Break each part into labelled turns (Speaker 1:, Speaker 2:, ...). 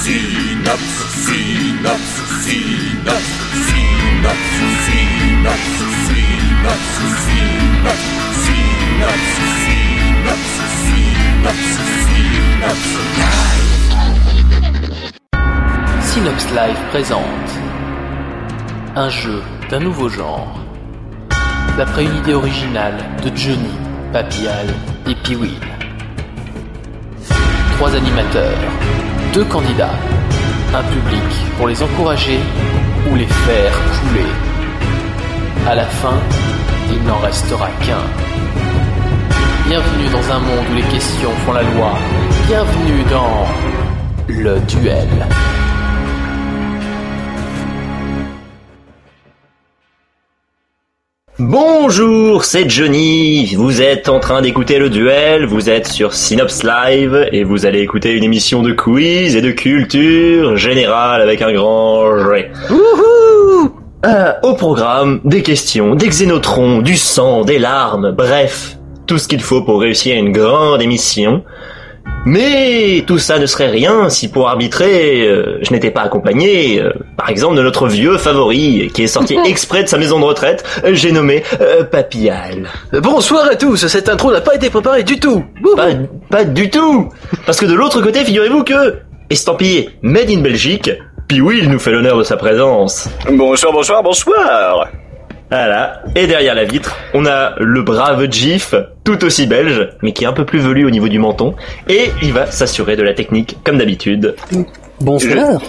Speaker 1: Synapse, synapse, synapse, synapse, synapse, synapse, synapse, synapse, synapse, synapse, synapse,
Speaker 2: Synops Live présente un jeu d'un nouveau genre. D'après une idée originale de Johnny, Papial et Piwil. Trois animateurs, deux candidats, un public pour les encourager ou les faire couler. À la fin, il n'en restera qu'un. Bienvenue dans un monde où les questions font la loi. Bienvenue dans le duel.
Speaker 3: Bonjour, c'est Johnny. Vous êtes en train d'écouter le duel, vous êtes sur Synops Live et vous allez écouter une émission de quiz et de culture générale avec un grand G. Euh, au programme, des questions, des xénotrons, du sang, des larmes, bref, tout ce qu'il faut pour réussir une grande émission. Mais tout ça ne serait rien si pour arbitrer, euh, je n'étais pas accompagné, euh, par exemple, de notre vieux favori, qui est sorti exprès de sa maison de retraite, euh, j'ai nommé euh, Papillal.
Speaker 4: Bonsoir à tous, cette intro n'a pas été préparée du tout. Wouh.
Speaker 3: Pas, pas du tout Parce que de l'autre côté, figurez-vous que, estampillé Made in Belgique, puis oui, il nous fait l'honneur de sa présence.
Speaker 5: Bonsoir, bonsoir, bonsoir
Speaker 3: Voilà. Et derrière la vitre, on a le brave Gif, tout aussi belge, mais qui est un peu plus velu au niveau du menton, et il va s'assurer de la technique, comme d'habitude.
Speaker 5: Je,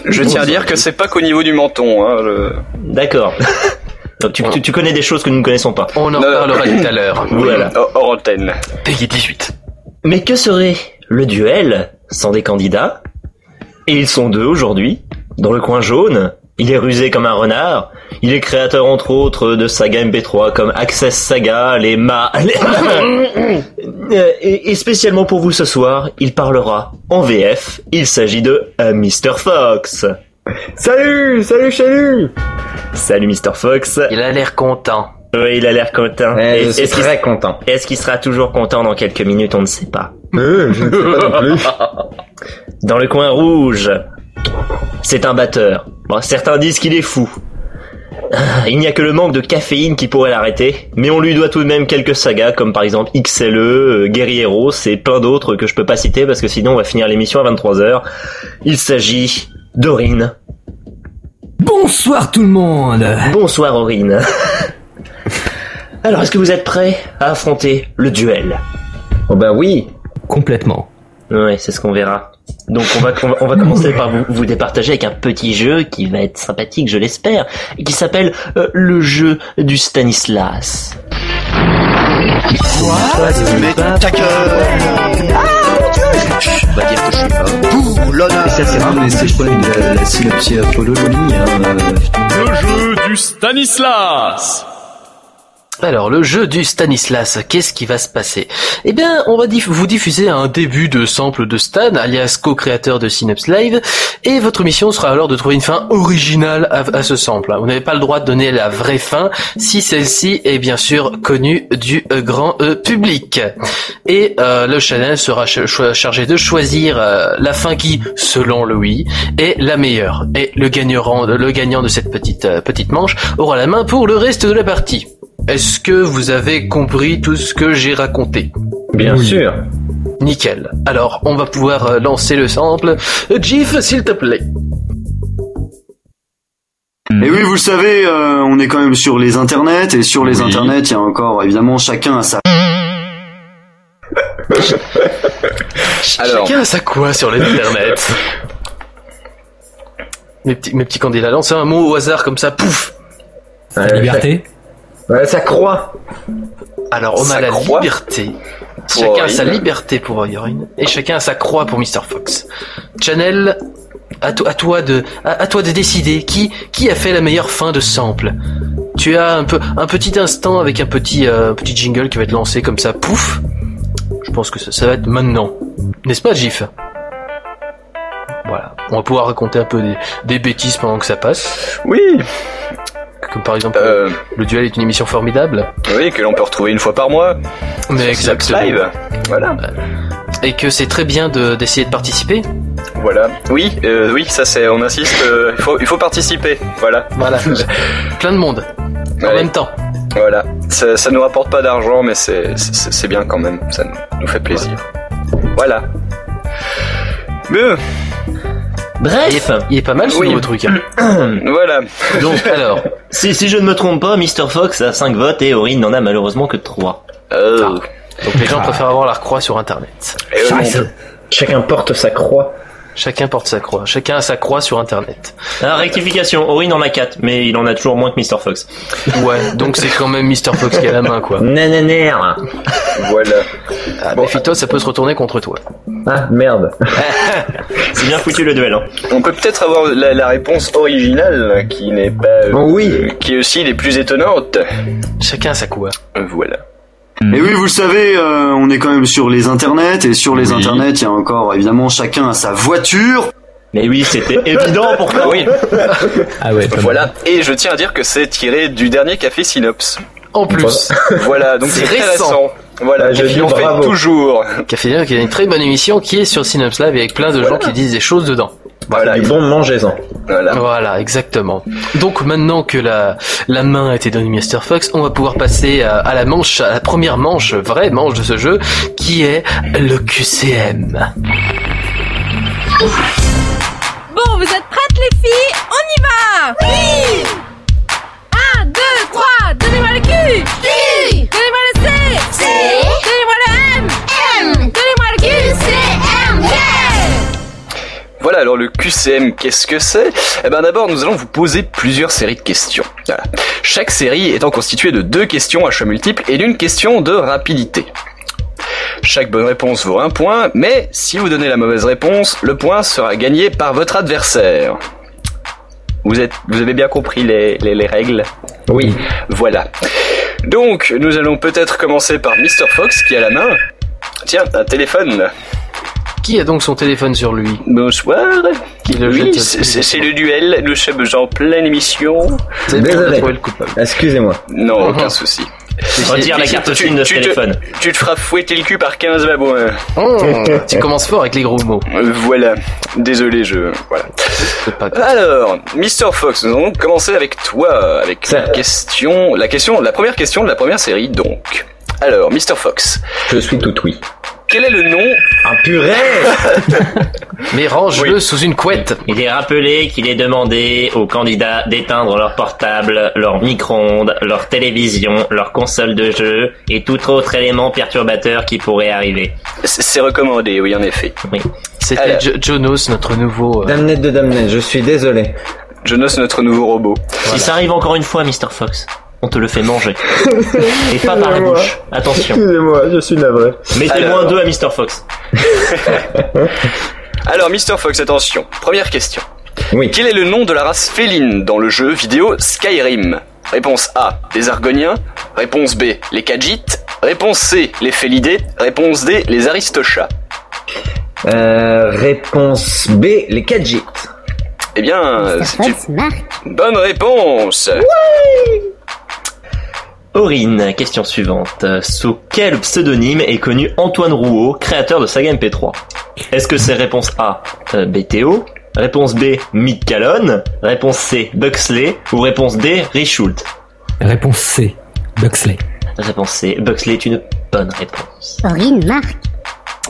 Speaker 5: je tiens à dire que c'est pas qu'au niveau du menton. Hein, le-
Speaker 3: D'accord. Donc, tu, tu- tu connais des choses que nous ne connaissons pas.
Speaker 2: On en
Speaker 5: Non, non.
Speaker 2: parlera tout à l'heure.
Speaker 3: Voilà.
Speaker 5: Hors- Hors antenne.
Speaker 2: Payé 18.
Speaker 3: Mais que serait le duel sans des candidats Et ils sont deux aujourd'hui, dans le coin jaune. Il est rusé comme un renard. Il est créateur entre autres de saga MP3 comme Access Saga, les Ma... les- Euh, et, et spécialement pour vous ce soir, il parlera en VF. Il s'agit de euh, Mr. Fox.
Speaker 6: Salut, salut, salut
Speaker 3: Salut Mr. Fox.
Speaker 2: Il a l'air content.
Speaker 3: Oui, il a l'air content.
Speaker 6: Eh, Je
Speaker 3: Est-ce
Speaker 6: suis
Speaker 3: qu'il-
Speaker 6: très content.
Speaker 3: est-ce qu'il sera toujours content dans quelques minutes On ne sait pas.
Speaker 6: je ne sais pas non plus.
Speaker 3: Dans le coin rouge, c'est un batteur. Bon, certains disent qu'il est fou. Ah, Il n'y a que le manque de caféine qui pourrait l'arrêter, mais on lui doit tout de même quelques sagas comme par exemple XLE, euh, Guerrieros et plein d'autres que je peux pas citer parce que sinon on va finir l'émission à 23h. Il s'agit d'Aurine.
Speaker 7: Bonsoir tout le monde
Speaker 3: Bonsoir Aurine. Alors est-ce que vous êtes prêts à affronter le duel
Speaker 6: Oh bah oui
Speaker 7: Complètement.
Speaker 3: Ouais, c'est ce qu'on verra. Donc on va, on va, on va commencer par vous, vous départager avec un petit jeu qui va être sympathique, je l'espère, et qui s'appelle euh, le jeu du Stanislas.
Speaker 8: Le jeu du Stanislas
Speaker 2: Alors, le jeu du Stanislas, qu'est-ce qui va se passer Eh bien, on va diff- vous diffuser un début de sample de Stan, alias co-créateur de Synapse Live, et votre mission sera alors de trouver une fin originale à, à ce sample. Vous n'avez pas le droit de donner la vraie fin, si celle-ci est bien sûr connue du euh, grand euh, public. Et euh, le challenge sera ch- cho- chargé de choisir euh, la fin qui, selon Louis, est la meilleure. Et le gagnant, le gagnant de cette petite, euh, petite manche aura la main pour le reste de la partie. Est-ce que vous avez compris tout ce que j'ai raconté
Speaker 3: Bien sûr.
Speaker 2: Nickel. Alors, on va pouvoir euh, lancer le sample. Euh, Gif, s'il te plaît.
Speaker 9: Et oui, vous le savez, euh, on est quand même sur les internets, et sur les
Speaker 8: Oui.
Speaker 9: internets, il y a encore, évidemment, chacun a sa...
Speaker 5: Alors,
Speaker 2: Chacun a sa quoi sur l'internet mes, petits, mes petits candidats, lancez un mot au hasard comme ça, pouf
Speaker 7: Liberté
Speaker 6: Ouais, Bah, ça croît
Speaker 2: Alors, on a
Speaker 5: Sa
Speaker 2: la
Speaker 5: croix
Speaker 2: liberté.
Speaker 5: pour
Speaker 2: Chacun a sa
Speaker 5: Aurine.
Speaker 2: liberté pour Yorine. Et chacun a sa croix pour Mr. Fox. Chanel, à, to- à toi de, à, à toi de décider qui, qui a fait la meilleure fin de sample. Tu as un peu, un petit instant avec un petit, euh, petit jingle qui va être lancé comme ça, pouf. Je pense que ça, ça va être maintenant. N'est-ce pas, Gif? Voilà. On va pouvoir raconter un peu des, des bêtises pendant que ça passe.
Speaker 5: oui,
Speaker 2: Comme par exemple,
Speaker 5: euh,
Speaker 2: le duel est une émission formidable.
Speaker 5: oui, que l'on peut retrouver une fois par mois.
Speaker 2: Mais Euh,
Speaker 5: Sur Synops Live. Voilà.
Speaker 2: et que c'est très bien de- d'essayer de participer.
Speaker 5: Voilà. Oui, euh, oui, ça c'est. On insiste. euh, il faut, il faut participer. Voilà,
Speaker 2: Voilà. Plein de monde. En
Speaker 5: Ouais.
Speaker 2: même temps.
Speaker 5: voilà. Ça, ça nous rapporte pas d'argent, mais c'est, c'est, c'est bien quand même. Ça nous, nous fait plaisir. Voilà. Bien.
Speaker 2: Il est,
Speaker 3: Bref,
Speaker 2: il est pas mal ce
Speaker 5: Oui.
Speaker 2: nouveau truc. hein.
Speaker 5: Voilà.
Speaker 2: Donc alors,
Speaker 3: si, si je ne me trompe pas, Mr. Fox a 5 votes et Aurine n'en a malheureusement que Ah. 3.
Speaker 5: Euh,
Speaker 2: donc les gens préfèrent avoir la croix sur internet.
Speaker 5: et, euh,
Speaker 6: Chacun porte sa croix.
Speaker 2: Chacun porte sa croix. Chacun a sa croix sur internet.
Speaker 3: Ah, rectification, Aurine en a 4, mais il en a toujours moins que Mr. Fox.
Speaker 2: Ouais, donc c'est quand même Mr. Fox qui a la main quoi.
Speaker 6: Nananer.
Speaker 5: voilà.
Speaker 2: Ah, Méfie-toi, ça peut se retourner contre toi.
Speaker 6: Ah, merde.
Speaker 3: C'est bien foutu le duel, hein.
Speaker 5: On peut peut-être avoir la, la réponse originale qui n'est pas. euh,
Speaker 6: Bon, Oh oui.
Speaker 5: qui est aussi les plus étonnantes.
Speaker 2: Chacun a sa croix.
Speaker 5: Euh, Voilà.
Speaker 9: Et oui, vous le savez, euh, on est quand même sur les internets, et sur les
Speaker 3: Oui.
Speaker 9: internets, il y a encore, évidemment, chacun a sa voiture.
Speaker 3: Mais oui, c'était évident pourquoi.
Speaker 5: Oui,
Speaker 7: Ah ouais, pas mal.
Speaker 5: voilà. Et je tiens à dire que c'est tiré du dernier café Synops.
Speaker 2: En plus,
Speaker 5: Voilà, donc
Speaker 2: C'est
Speaker 5: c'est très
Speaker 2: récent.
Speaker 5: récent. Voilà,
Speaker 6: Ah, je
Speaker 5: et
Speaker 6: dis
Speaker 5: on fait
Speaker 6: bravo.
Speaker 5: toujours.
Speaker 2: Café Dérive, qui a une très bonne émission qui est sur Synapse Live avec plein de gens qui disent des choses dedans.
Speaker 5: Voilà,
Speaker 6: Du bon, mangez-en.
Speaker 5: voilà.
Speaker 2: Voilà, exactement. Donc maintenant que la, la main a été donnée à Mr. Fox, on va pouvoir passer à, à la manche, à la première manche, vraie manche de ce jeu, qui est le QCM.
Speaker 10: Bon, vous êtes prêtes les filles On y va Oui 1, 2, 3, donnez-moi le Q Q Donnez-moi le C C Donnez-moi le M M Donnez-moi le Q C M
Speaker 5: Voilà, alors le QCM, qu'est-ce que c'est Eh ben d'abord, nous allons vous poser plusieurs séries de questions. Voilà. Chaque série étant constituée de deux questions à choix multiples et d'une question de rapidité. Chaque bonne réponse vaut un point, mais si vous donnez la mauvaise réponse, le point sera gagné par votre adversaire. Vous, êtes, vous avez bien compris les, les- les règles
Speaker 6: Oui.
Speaker 5: Voilà. Donc, nous allons peut-être commencer par Mr. Fox qui a la main. Tiens, un téléphone.
Speaker 2: Qui a donc son téléphone sur lui
Speaker 5: Bonsoir.
Speaker 2: Qui le
Speaker 5: oui,
Speaker 2: jette-
Speaker 5: c'est c'est- c'est le duel. Nous sommes en pleine émission.
Speaker 2: C'est bon, on a
Speaker 6: Désolé.
Speaker 2: trouvé le coupable.
Speaker 6: Excusez-moi.
Speaker 5: Non,
Speaker 2: Mhm.
Speaker 5: aucun souci.
Speaker 3: Retire Uh-huh. la
Speaker 5: Tu-
Speaker 3: carte
Speaker 5: tu-
Speaker 3: SIM de ce
Speaker 5: tu te-
Speaker 3: téléphone.
Speaker 5: Tu te feras fouetter le cul par hein. 15 babouins.
Speaker 2: Oh, tu commences fort avec les gros mots.
Speaker 5: Euh, Voilà. Désolé, je... Voilà.
Speaker 2: C'est pas grave.
Speaker 5: Alors, Mr. Fox, nous allons commencer avec toi, avec
Speaker 6: Ça-
Speaker 5: la question, la question, la première question de la première série, donc. Alors, Mr. Fox,
Speaker 6: Je suis tout oui.
Speaker 5: quel est le nom
Speaker 6: Ah, purée
Speaker 2: Mais range-le sous une couette.
Speaker 3: Il est rappelé qu'il est demandé aux candidats d'éteindre leur portable, leur micro-ondes, leur télévision, leur console de jeu et tout autre élément perturbateur qui pourrait arriver.
Speaker 5: C'est c'est recommandé, oui, en effet.
Speaker 3: Oui.
Speaker 2: C'était
Speaker 5: Alors.
Speaker 2: Jo- Jonos, notre nouveau. euh,
Speaker 6: Damnette de damnette, je suis désolé.
Speaker 5: Jonas, notre nouveau robot.
Speaker 3: Si ça arrive encore une fois, Mr. Fox, on te le fait manger. et pas par la bouche. Attention.
Speaker 6: Excusez-moi, je suis navré.
Speaker 3: Mettez
Speaker 5: Alors.
Speaker 3: moins deux à Mr. Fox.
Speaker 5: Alors, Mr. Fox, attention. Première question.
Speaker 6: Oui.
Speaker 5: Quel est le nom de la race féline dans le jeu vidéo Skyrim Réponse A, les Argoniens. Réponse B, les Khajiits. Réponse C, les Félidés. Réponse D, les Aristochats.
Speaker 6: Euh, réponse B, les 4 gîtes.
Speaker 5: Eh bien, c'est une bonne réponse.
Speaker 3: Aurine, question suivante. Euh, Sous quel pseudonyme est connu Antoine Rouault, créateur de saga MP3 Est-ce que c'est réponse A, euh, BTO Réponse B, Mick Callon Réponse C, Buxley Ou réponse D, Richult
Speaker 7: Réponse C. Buxley.
Speaker 3: Réponse C, Buxley est une bonne réponse.
Speaker 10: Aurine marque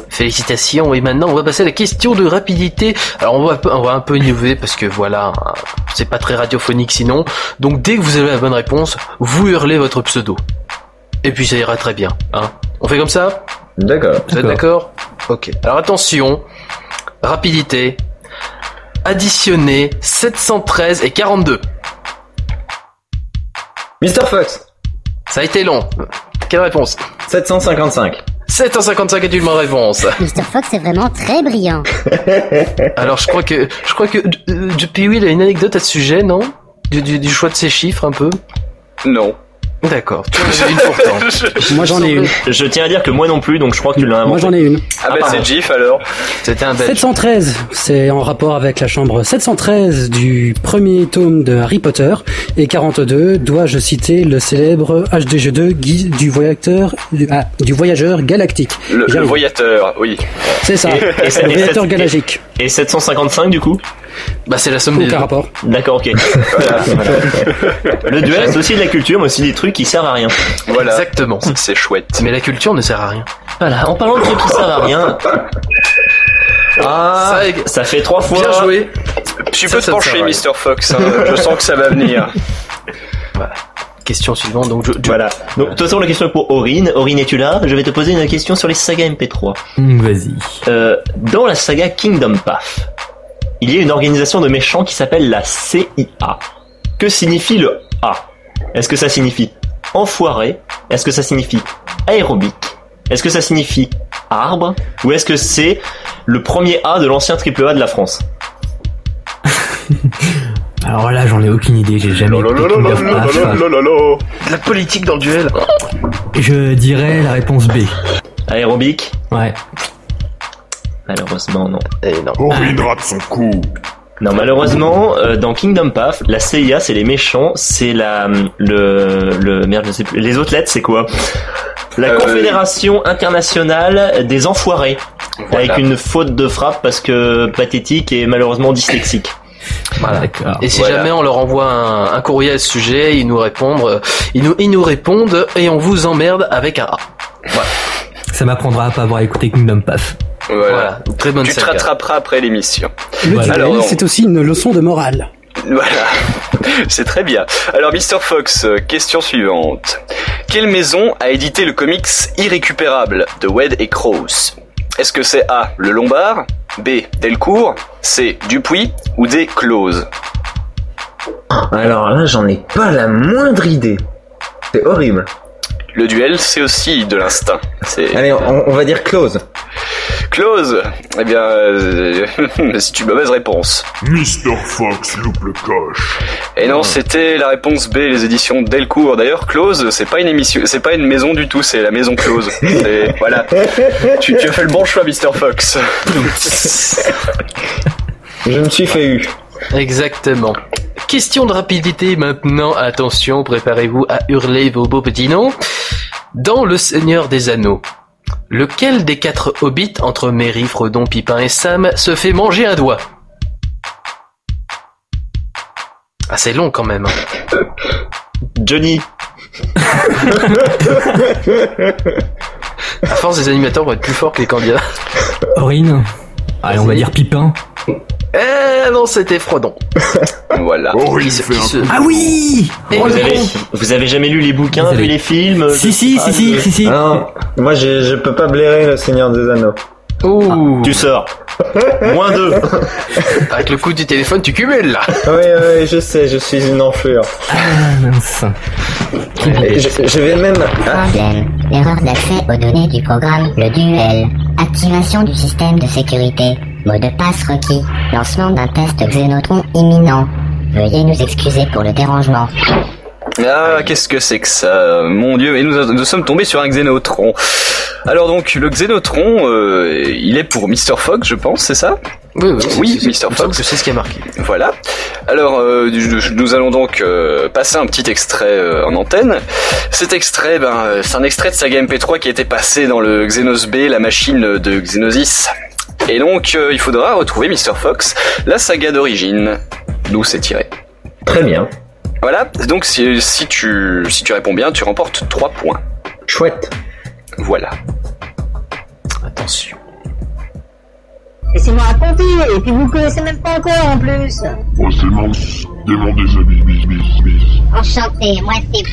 Speaker 2: Félicitations. Et maintenant, on va passer à la question de rapidité. Alors, on va, on va un peu innover parce que voilà, hein, c'est pas très radiophonique sinon. Donc, dès que vous avez la bonne réponse, vous hurlez votre pseudo. Et puis, ça ira très bien. Hein. On fait comme ça
Speaker 6: D'accord.
Speaker 2: Vous êtes d'accord Ok. Alors, attention. Rapidité. Additionner 713 et 42.
Speaker 6: Mr. Fox,
Speaker 2: Ça a été long. Quelle réponse
Speaker 6: 755.
Speaker 2: 755 est une bonne réponse.
Speaker 10: Mr. Fox est vraiment très brillant
Speaker 2: Alors je crois que je crois que euh, Pee-Wee il a une anecdote à ce sujet, non du, du- du choix de ses chiffres un peu.
Speaker 5: Non.
Speaker 2: D'accord. Tu en as une pourtant.
Speaker 11: Moi j'en ai une.
Speaker 3: Je tiens à dire que moi non plus, donc je crois que tu l'as inventé.
Speaker 11: Moi j'en ai une.
Speaker 5: Ah, bah c'est GIF alors.
Speaker 2: C'était un belge.
Speaker 11: 713, c'est en rapport avec la chambre 713 du premier tome de Harry Potter. Et 42, dois-je citer le célèbre HDG2 guide du voyageur, du, ah, du voyageur galactique.
Speaker 5: Le, le
Speaker 11: J'avoue.
Speaker 5: voyateur, oui.
Speaker 11: C'est ça,
Speaker 3: Et- et c'est-
Speaker 11: le
Speaker 3: et
Speaker 11: voyateur
Speaker 3: c'est-
Speaker 11: galactique.
Speaker 3: Et 755 du coup
Speaker 2: Bah c'est la somme des
Speaker 11: Aucun rapport.
Speaker 3: D'accord, ok. Voilà, voilà. Le duel, c'est aussi de la culture, mais aussi des trucs qui servent à rien.
Speaker 5: Voilà.
Speaker 2: Exactement.
Speaker 5: C'est chouette.
Speaker 2: Mais la culture ne sert à rien.
Speaker 3: Voilà, en parlant de trucs qui servent à rien. Ah,
Speaker 2: Ça, ég-
Speaker 3: ça, fait trois fois.
Speaker 2: Bien joué.
Speaker 5: Tu
Speaker 2: Ça,
Speaker 5: peux
Speaker 2: ça
Speaker 5: te
Speaker 2: me
Speaker 5: pencher,
Speaker 2: sert à rien.
Speaker 5: Mr. Fox. hein. Je sens que ça va venir.
Speaker 2: Question suivante. Donc, je- je-
Speaker 3: Voilà. Donc, de toute façon, la question est pour Aurine. Aurine, es-tu là Je vais te poser une question sur les sagas MP3.
Speaker 7: Hum, Vas-y.
Speaker 3: Euh, dans la saga Kingdom Path, il y a une organisation de méchants qui s'appelle la CIA. Que signifie le A Est-ce que ça signifie enfoiré Est-ce que ça signifie aérobic Est-ce que ça signifie arbre Ou est-ce que c'est le premier A de l'ancien triple A de la France
Speaker 7: Alors là, j'en ai aucune idée, j'ai jamais écouté King of Path.
Speaker 2: la politique dans le duel.
Speaker 7: Je dirais la réponse B.
Speaker 3: Aérobic
Speaker 7: Ouais.
Speaker 3: Malheureusement, non.
Speaker 2: Et non.
Speaker 1: Aurine rate son coup.
Speaker 3: Non, malheureusement, euh, dans Kingdom Path, la CIA, c'est les méchants, c'est la, hum, le, le, merde, je sais plus, les autres lettres, c'est quoi? La
Speaker 5: Euh,
Speaker 3: Confédération Internationale des Enfoirés.
Speaker 5: Voilà.
Speaker 3: Avec une faute de frappe parce que pathétique et malheureusement dyslexique.
Speaker 7: D'accord.
Speaker 2: Et si
Speaker 5: Voilà.
Speaker 2: jamais on leur envoie un, un courrier à ce sujet, ils nous répondent, euh, ils nous, ils nous répondent et on vous emmerde avec un A.
Speaker 7: Ça m'apprendra à pas avoir écouté Kingdom Path.
Speaker 5: Voilà.
Speaker 2: Voilà. Une Très bonne hein.
Speaker 5: Tu te
Speaker 2: saga.
Speaker 5: rattraperas après l'émission.
Speaker 11: Le
Speaker 7: Voilà.
Speaker 11: duel,
Speaker 5: Alors, non.
Speaker 11: c'est aussi une leçon de morale.
Speaker 5: Voilà, c'est très bien. Alors, Mr. Fox, euh, question suivante. Quelle maison a édité le comics Irrécupérable de Wed et Krauss Est-ce que c'est A. Le Lombard B. Delcourt C. Dupuis Ou D. Close
Speaker 6: Alors là, j'en ai pas la moindre idée. C'est horrible.
Speaker 5: Le duel, c'est aussi de l'instinct. C'est
Speaker 6: Allez, on, on va dire close.
Speaker 5: Close Eh bien, euh, c'est une mauvaise réponse.
Speaker 1: Mr. Fox loupe le coche.
Speaker 5: Et non, c'était la réponse B, les éditions Delcourt. D'ailleurs, Close, c'est pas une émission, c'est pas une maison du tout, c'est la maison Close. C'est- voilà. Tu, tu as fait le bon choix, Mr. Fox.
Speaker 6: Je me suis fait eu.
Speaker 2: Exactement. Question de rapidité maintenant. Attention, préparez-vous à hurler vos beaux petits noms. Dans Le Seigneur des Anneaux, lequel des quatre hobbits entre Merry, Frodon, Pipin et Sam se fait manger un doigt Ah, c'est long quand même. hein.
Speaker 3: Johnny,
Speaker 2: À force, les animateurs vont être plus forts que les candidats.
Speaker 7: Aurine Allez, on va dire Pipin.
Speaker 2: Eh non, c'était Frodon.
Speaker 5: voilà.
Speaker 1: Aurine
Speaker 2: Qui Oh, se-
Speaker 1: fait
Speaker 2: Eh, qui
Speaker 1: un
Speaker 2: se-
Speaker 7: Ah oui
Speaker 2: Et
Speaker 3: vous
Speaker 2: le
Speaker 3: avez,
Speaker 2: con.
Speaker 3: vous avez jamais lu les bouquins,
Speaker 7: Désolé.
Speaker 3: vu les films je
Speaker 7: Si,
Speaker 3: sais
Speaker 7: si,
Speaker 3: pas,
Speaker 7: si,
Speaker 3: je-
Speaker 7: si, si, si.
Speaker 6: Ah Non, moi je, je peux pas blairer le Seigneur des Anneaux.
Speaker 2: Ouh.
Speaker 3: Tu sors. Moins deux.
Speaker 2: Avec le coup du téléphone, tu cumules là.
Speaker 6: Oui, oui, je sais, je suis une enflure.
Speaker 7: Ah, mince.
Speaker 6: Et Je, je vais même... Ah,
Speaker 12: Problème. Erreur d'accès aux données du programme Le Duel. Activation du système de sécurité. Mot de passe requis. Lancement d'un test Xenotron imminent. Veuillez nous excuser pour le dérangement.
Speaker 5: Ah, qu'est-ce que c'est que ça Mon dieu, et nous, nous sommes tombés sur un xénotron. Alors donc, le xénotron, euh, il est pour Mr. Fox, je pense, c'est ça
Speaker 2: Oui, oui, c'est-
Speaker 5: Oui, Mr.
Speaker 2: c'est- il me semble
Speaker 5: Fox.
Speaker 2: que c'est ce qui a marqué.
Speaker 5: Voilà. Alors, euh, du- du- nous allons donc euh, passer un petit extrait euh, en antenne. Cet extrait, ben, euh, c'est un extrait de Saga MP3 qui a été passé dans le Xenos B, la machine de Xenosis. Et donc, euh, il faudra retrouver Mr. Fox, la saga d'origine, d'où c'est tiré.
Speaker 6: très bien.
Speaker 5: Voilà, donc si, si tu, si tu réponds bien, tu remportes 3 points.
Speaker 6: Chouette.
Speaker 5: Voilà.
Speaker 2: Attention.
Speaker 10: Laissez-moi raconter, et puis vous connaissez même pas encore en plus.
Speaker 1: Oh, c'est mon démon des amis, bis, bis, bis.
Speaker 12: Enchanté, moi c'est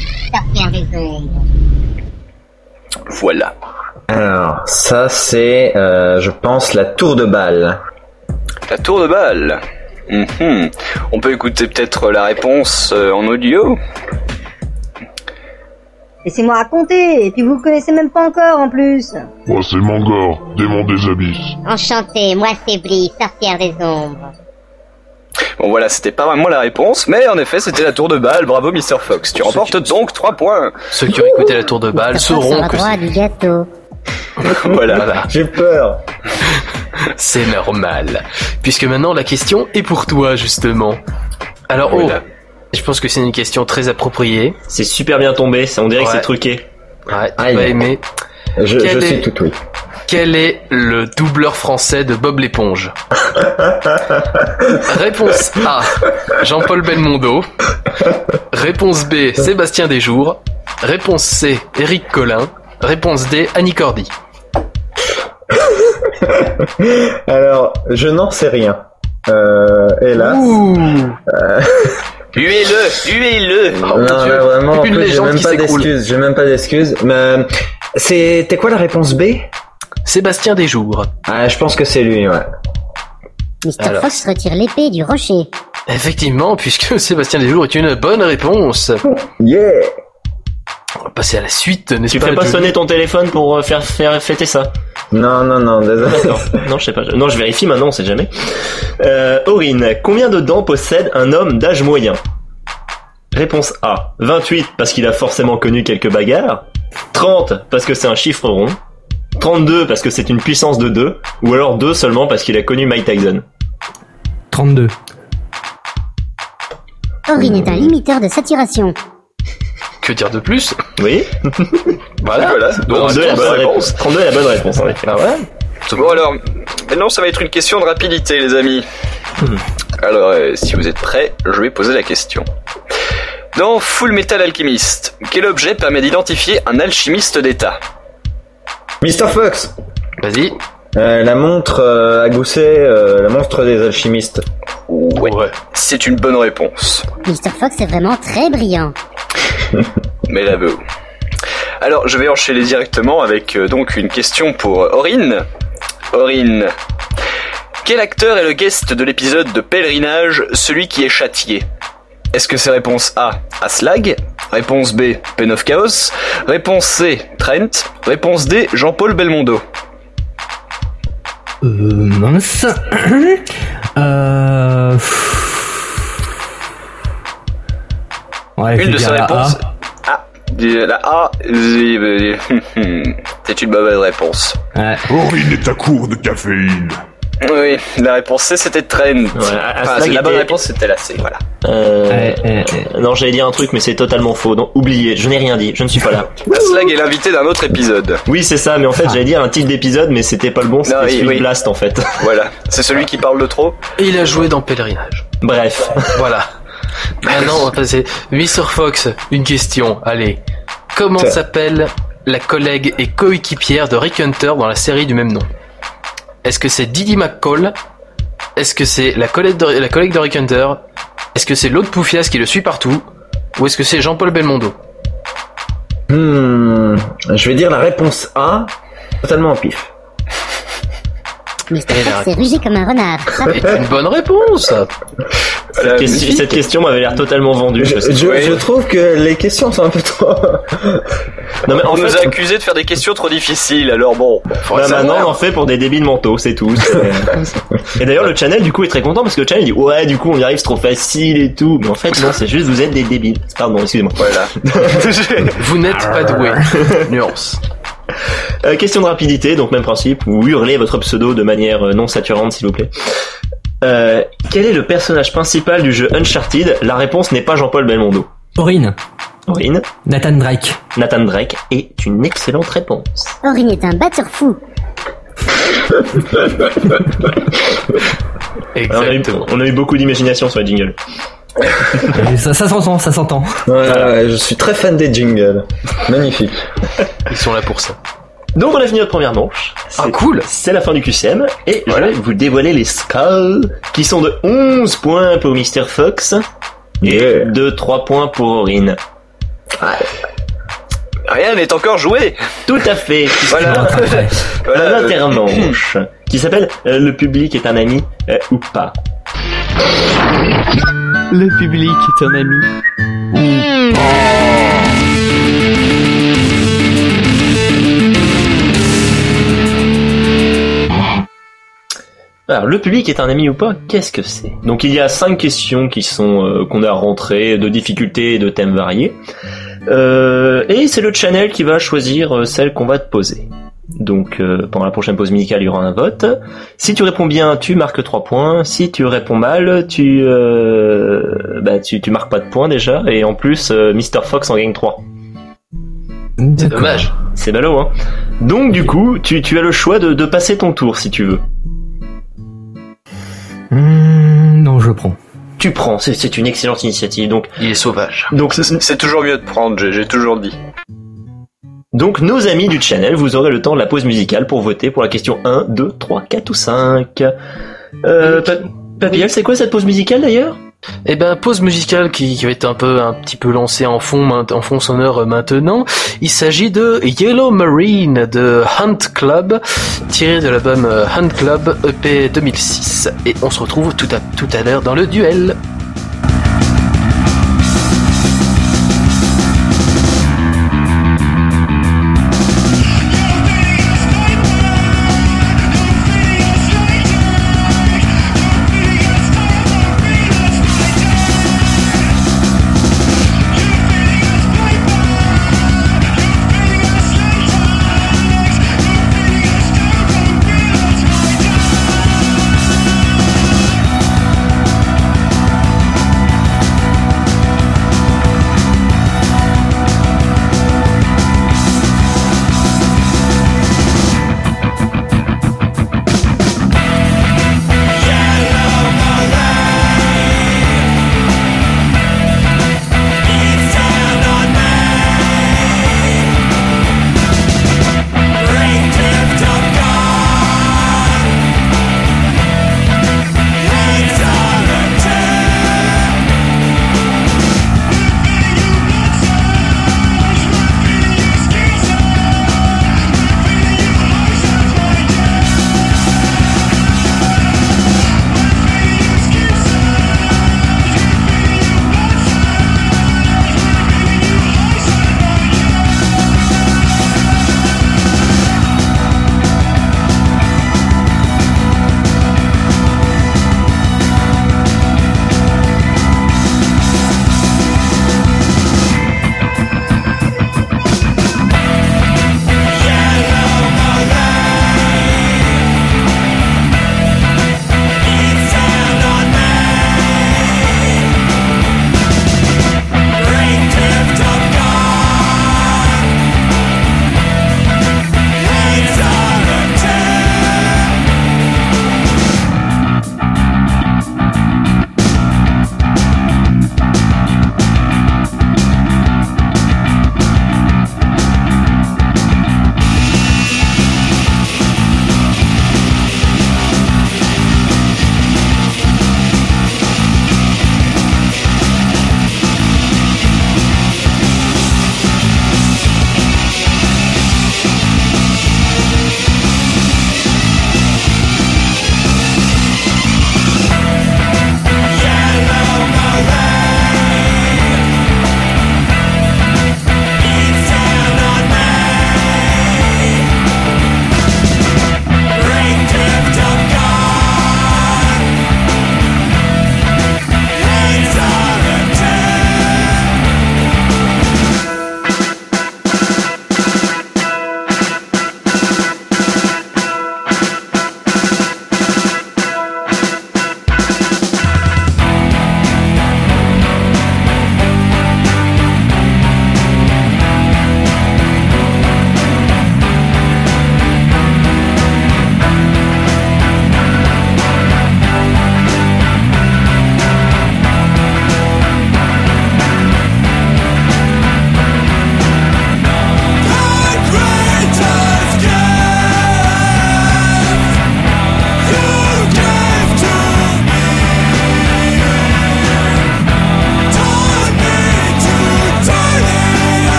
Speaker 12: Pierre Désolé.
Speaker 5: Voilà.
Speaker 6: Alors, ça c'est, euh, je pense, la tour de balle.
Speaker 5: La tour de balle. Mhm. On peut écouter peut-être la réponse euh, en audio.
Speaker 10: Laissez-moi raconter, et puis vous connaissez même pas encore en plus.
Speaker 1: Oh, c'est Mangor, démon des abysses.
Speaker 12: Enchanté, moi c'est Brie, sorcière des ombres.
Speaker 5: Bon voilà, c'était pas vraiment la réponse, mais en effet, c'était la tour de balle. Bravo Mr Fox. Tu remportes donc 3 points.
Speaker 2: Ceux qui ont écouté la tour de balle sauront que
Speaker 12: droit du gâteau.
Speaker 5: voilà.
Speaker 6: J'ai peur.
Speaker 2: c'est normal. Puisque maintenant la question est pour toi justement. Alors oh,
Speaker 3: Voilà.
Speaker 2: je pense que c'est une question très appropriée.
Speaker 3: C'est super bien tombé, ça, on dirait que c'est truqué.
Speaker 2: Ouais, tu
Speaker 3: Aïe.
Speaker 2: vas aimer.
Speaker 6: Je,
Speaker 2: Quel
Speaker 6: je
Speaker 2: est-
Speaker 6: suis tout oui.
Speaker 2: Quel est le doubleur français de Bob l'éponge Réponse A. Jean-Paul Belmondo. Réponse B. Sébastien Desjours. Réponse C. Éric Collin. Réponse D. Annie Cordy.
Speaker 6: Alors, je n'en sais rien. Euh, et
Speaker 2: Ah.
Speaker 6: là. Euh,
Speaker 5: Huez-le, huez-le. Oh,
Speaker 6: non, là, vraiment, en
Speaker 2: Une
Speaker 6: plus, j'ai
Speaker 2: légende
Speaker 6: même
Speaker 2: qui
Speaker 6: pas
Speaker 2: s'écroule.
Speaker 6: d'excuses. J'ai même pas d'excuses. Mais euh, c'était quoi la réponse B
Speaker 2: Sébastien Desjours.
Speaker 6: Ah, je pense que c'est lui, ouais.
Speaker 12: Mr.
Speaker 2: Alors.
Speaker 12: Fox retire l'épée du rocher.
Speaker 2: Effectivement, puisque Sébastien Desjours est une bonne réponse.
Speaker 6: Yeah.
Speaker 2: On va passer à la suite, n'est-ce
Speaker 3: Tu
Speaker 2: pas
Speaker 3: fais pas
Speaker 2: Julie
Speaker 3: sonner ton téléphone pour euh, faire, faire fêter ça Ah,
Speaker 6: Non, non, non, désolé.
Speaker 3: D'accord. Non, je sais pas. Non, je vérifie maintenant, on sait jamais. Euh, Aurine, combien de dents possède un homme d'âge moyen Réponse A, 28 parce qu'il a forcément connu quelques bagarres, 30 parce que c'est un chiffre rond, 32 parce que c'est une puissance de 2, ou alors 2 seulement parce qu'il a connu Mike Tyson.
Speaker 7: 32.
Speaker 12: Aurine est un limiteur de saturation.
Speaker 2: Que dire de plus
Speaker 3: Oui
Speaker 2: Voilà.
Speaker 5: Bah, Voilà. Donc
Speaker 3: 32 est la bonne réponse.
Speaker 5: réponse.
Speaker 3: 32 est la bonne réponse, en effet.
Speaker 2: Ah ouais
Speaker 5: Bon alors, maintenant ça va être une question de rapidité les amis.
Speaker 3: Hmm.
Speaker 5: Alors euh, si vous êtes prêts, je vais poser la question. Dans Full Metal Alchemist, quel objet permet d'identifier un alchimiste d'état
Speaker 6: Mr. Fox
Speaker 2: Vas-y.
Speaker 6: Euh, La montre euh, à gousset, euh, la montre des alchimistes.
Speaker 5: Ouais. C'est une bonne réponse.
Speaker 12: Mr. Fox est vraiment très brillant.
Speaker 5: Mais la veut. Alors, je vais enchaîner directement avec euh, donc une question pour euh, Aurine. Aurine, quel acteur est le guest de l'épisode de pèlerinage, celui qui est châtié Est-ce que c'est réponse A, Aslag Réponse B, Pen of Chaos Réponse C, Trent Réponse D, Jean-Paul Belmondo
Speaker 7: Euh, mince. euh... Ouais, je
Speaker 5: Une
Speaker 7: vais
Speaker 5: de
Speaker 7: dire
Speaker 5: ces
Speaker 7: la A.
Speaker 5: réponses. Ah, la A, euh, euh, c'est une mauvaise réponse.
Speaker 7: Ouais.
Speaker 1: Aurine est à court de caféine.
Speaker 5: Oui, la réponse C, c'était Trent. Enfin,
Speaker 3: Aslag
Speaker 5: la bonne
Speaker 3: était-
Speaker 5: réponse, c'était la C, voilà.
Speaker 3: Euh,
Speaker 7: Ouais, ouais, ouais.
Speaker 3: Non, j'allais dire un truc, mais c'est totalement faux. Non, oubliez, je n'ai rien dit, je ne suis pas là.
Speaker 5: Aslag est l'invité d'un autre épisode.
Speaker 3: Oui, c'est ça, mais
Speaker 7: Ah.
Speaker 3: en fait, j'allais dire un titre d'épisode, mais c'était pas le bon, c'était
Speaker 5: oui,
Speaker 3: celui de
Speaker 5: oui.
Speaker 3: Blast, en fait.
Speaker 5: Voilà, c'est celui qui parle de trop.
Speaker 2: Et il a joué dans Pèlerinage.
Speaker 3: Bref.
Speaker 2: Voilà. Maintenant, on va passer. Mr. Fox, une question. Allez. Comment
Speaker 6: Ça.
Speaker 2: s'appelle la collègue et coéquipière de Rick Hunter dans la série du même nom Est-ce que c'est Didi McCall Est-ce que c'est la collègue de, la collègue de Rick Hunter Est-ce que c'est l'autre poufias qui le suit partout Ou est-ce que c'est Jean-Paul Belmondo
Speaker 6: Hmm, je vais dire la réponse A, totalement en pif.
Speaker 12: Mr.
Speaker 2: Et la
Speaker 12: Fox est rugé comme un renard. Ah. Ça,
Speaker 2: C'est une bonne réponse
Speaker 3: Cette, question- cette question m'avait l'air totalement vendue.
Speaker 6: Je,
Speaker 3: je sais.
Speaker 6: je-
Speaker 5: Oui.
Speaker 6: je trouve que les questions sont un peu trop...
Speaker 3: Non, mais
Speaker 5: On
Speaker 3: en
Speaker 5: nous a
Speaker 3: fait,
Speaker 5: accusés de faire des questions trop difficiles, alors bon.
Speaker 3: bah, maintenant, on en fait pour des débiles mentaux, c'est tout. et d'ailleurs, le channel, du coup, est très content parce que le channel dit, ouais, du coup, on y arrive, c'est trop facile et tout. Mais en fait, non, c'est juste, vous êtes des débiles. Pardon, excusez-moi.
Speaker 5: Voilà.
Speaker 2: Vous n'êtes pas doué. Nuance.
Speaker 3: Euh, question de rapidité, donc même principe, vous hurlez votre pseudo de manière euh, non saturante s'il vous plaît. Euh, quel est le personnage principal du jeu Uncharted La réponse n'est pas Jean-Paul Belmondo.
Speaker 7: Aurine.
Speaker 3: Aurine,
Speaker 7: Nathan Drake.
Speaker 3: Nathan Drake est une excellente réponse.
Speaker 12: Aurine est un batteur fou.
Speaker 3: Alors, on, a eu,
Speaker 2: Exactement.
Speaker 3: on a eu beaucoup d'imagination sur les jingles.
Speaker 7: Et ça, ça s'entend, ça s'entend.
Speaker 6: Ouais, ouais, je suis très fan des jingles. Magnifique.
Speaker 2: Ils sont là pour ça.
Speaker 3: Donc on a fini notre première manche.
Speaker 2: Ah,
Speaker 3: C'est-
Speaker 2: cool.
Speaker 3: C'est la fin du QCM et je vais vous dévoiler les scores qui sont de 11 points pour Mr. Fox et
Speaker 6: Yeah.
Speaker 3: de 3 points pour Aurine.
Speaker 5: Rien n'est encore joué.
Speaker 3: Tout à fait.
Speaker 5: Voilà.
Speaker 7: Après.
Speaker 5: Voilà,
Speaker 3: un
Speaker 5: euh,
Speaker 3: intermanche qui s'appelle euh, Le public est un ami euh, ou pas.
Speaker 4: Le public est un ami.
Speaker 3: Alors, le public est un ami ou pas Qu'est-ce que c'est Donc, il y a cinq questions qui sont euh, qu'on a rentrées de difficultés et de thèmes variés. Euh, et c'est le channel qui va choisir euh, celle qu'on va te poser. Donc, euh, pendant la prochaine pause musicale, il y aura un vote. Si tu réponds bien, tu marques 3 points. Si tu réponds mal, tu, euh, bah, tu, tu marques pas de points déjà. Et en plus, euh, Mr. Fox en gagne 3.
Speaker 2: C'est dommage.
Speaker 3: C'est ballot, hein. Donc, du coup, tu, tu as le choix de, de passer ton tour si tu veux.
Speaker 7: non, je prends.
Speaker 3: Tu prends, c'est- c'est une excellente initiative. Donc,
Speaker 2: il est sauvage.
Speaker 3: Donc,
Speaker 5: c'est toujours mieux de prendre, j'ai- j'ai toujours dit.
Speaker 3: Donc nos amis du channel, vous aurez le temps de la pause musicale pour voter pour la question 1, 2, 3, 4 ou 5. Euh, Pa- Papillon, c'est quoi cette pause musicale d'ailleurs
Speaker 2: Eh ben, pause musicale qui, qui va être un peu, un petit peu lancée en fond, main- en fond sonore euh, maintenant. Il s'agit de Yellow Marine de Hunt Club, tiré de l'album euh, Hunt Club EP 2006. Et on se retrouve tout à, tout à l'heure dans le duel.
Speaker 13: Thank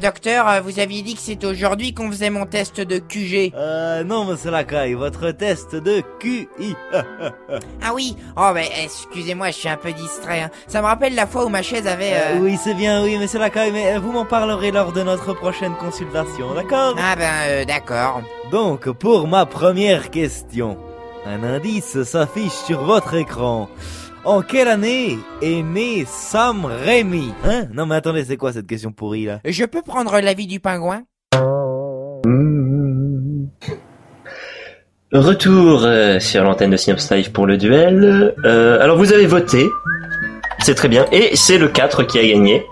Speaker 13: docteur, euh, vous aviez dit que c'était aujourd'hui qu'on faisait mon test de QG.
Speaker 14: Euh, non, monsieur Lacaille, votre test de QI.
Speaker 13: Ah oui Oh, bah, excusez-moi, je suis un peu distrait. hein. Ça me rappelle la fois où ma chaise avait... euh,
Speaker 14: Euh, oui, c'est bien, oui, monsieur Lacaille, mais euh, vous m'en parlerez lors de notre prochaine consultation, d'accord
Speaker 13: Ah ben, d'accord.
Speaker 14: Donc, pour ma première question, un indice s'affiche sur votre écran. En quelle année est né Sam Raimi Hein Non mais attendez, c'est quoi cette question pourrie là
Speaker 13: Je peux prendre l'avis du pingouin
Speaker 3: Hmm. Retour euh, sur l'antenne de Synops Live pour le duel. Euh, alors vous avez voté, c'est très bien, et c'est le 4 qui a gagné.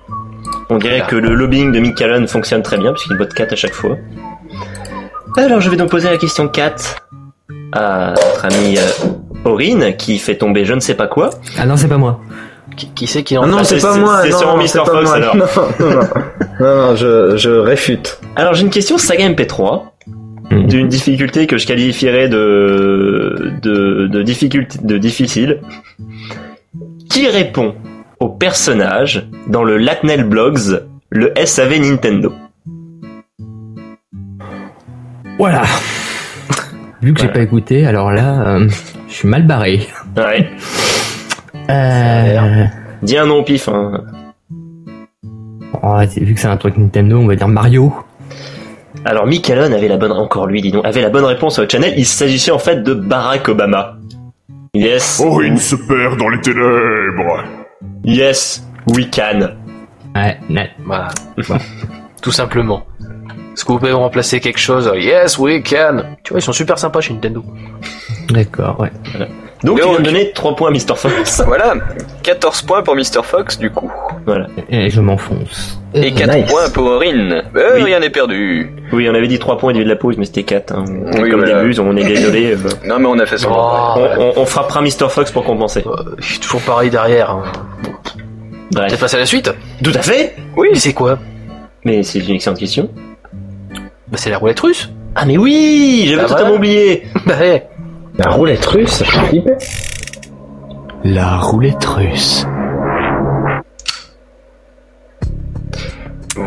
Speaker 3: On dirait que le lobbying de Mick Allen fonctionne très bien puisqu'il vote 4 à chaque fois. Alors je vais donc poser la question 4 à notre amie euh, Aurine qui fait tomber je ne sais pas quoi.
Speaker 7: Ah non, c'est pas moi.
Speaker 2: Qui, c'est qui
Speaker 6: Ah non, c'est pas moi.
Speaker 3: C'est
Speaker 6: non,
Speaker 3: sûrement
Speaker 6: non,
Speaker 3: Mr.
Speaker 6: c'est pas
Speaker 3: Fox
Speaker 6: moi.
Speaker 3: alors.
Speaker 6: Non, non, non. Non, non, je, je réfute.
Speaker 3: Alors j'ai une question saga MP3
Speaker 7: Mhm.
Speaker 3: d'une difficulté que je qualifierais de de de difficulté de difficile. Qui répond au personnage dans le Latnel Blogs, le SAV Nintendo
Speaker 7: Voilà. Vu que j'ai pas écouté, alors là, euh, je suis mal barré.
Speaker 3: Ouais.
Speaker 7: Euh...
Speaker 3: Dis un nom au pif. Hein.
Speaker 7: oh, c'est- vu que c'est un truc Nintendo, on va dire Mario.
Speaker 3: Alors Michelon avait la bonne encore lui dis donc avait la bonne réponse au channel. Il s'agissait en fait de Barack Obama. Yes.
Speaker 1: Oh, il se perd dans les ténèbres.
Speaker 3: Yes, we can.
Speaker 7: Ouais,
Speaker 2: Voilà. Tout simplement. Est-ce que vous pouvez remplacer quelque chose Yes, we can. Tu vois, ils sont super sympas chez Nintendo.
Speaker 7: D'accord, ouais.
Speaker 3: Donc, il vient de donner 3 points à Mr. Fox.
Speaker 5: voilà, 14 points pour Mr. Fox du coup.
Speaker 3: Voilà.
Speaker 7: Et je m'enfonce.
Speaker 5: Et 4 points pour Aurine. Euh, Rien n'est perdu.
Speaker 3: Oui, on avait dit 3 points au début de la pause, mais c'était 4.
Speaker 5: Oui,
Speaker 3: Comme au
Speaker 5: voilà.
Speaker 3: début, on est désolé. euh,
Speaker 5: Non mais on a fait ça.
Speaker 2: Oh.
Speaker 3: on, on- on frappera Mr. Fox pour compenser.
Speaker 2: Je suis toujours pareil derrière. hein. T'es passé à la suite
Speaker 3: Tout à fait
Speaker 2: Oui. Mais c'est quoi
Speaker 3: Mais c'est une excellente question.
Speaker 2: Bah, c'est la roulette russe.
Speaker 3: Ah, mais oui J'avais
Speaker 2: Bah,
Speaker 3: totalement
Speaker 2: voilà.
Speaker 3: oublié
Speaker 2: Bah, ouais.
Speaker 6: La roulette russe, je flippais.
Speaker 7: La roulette russe.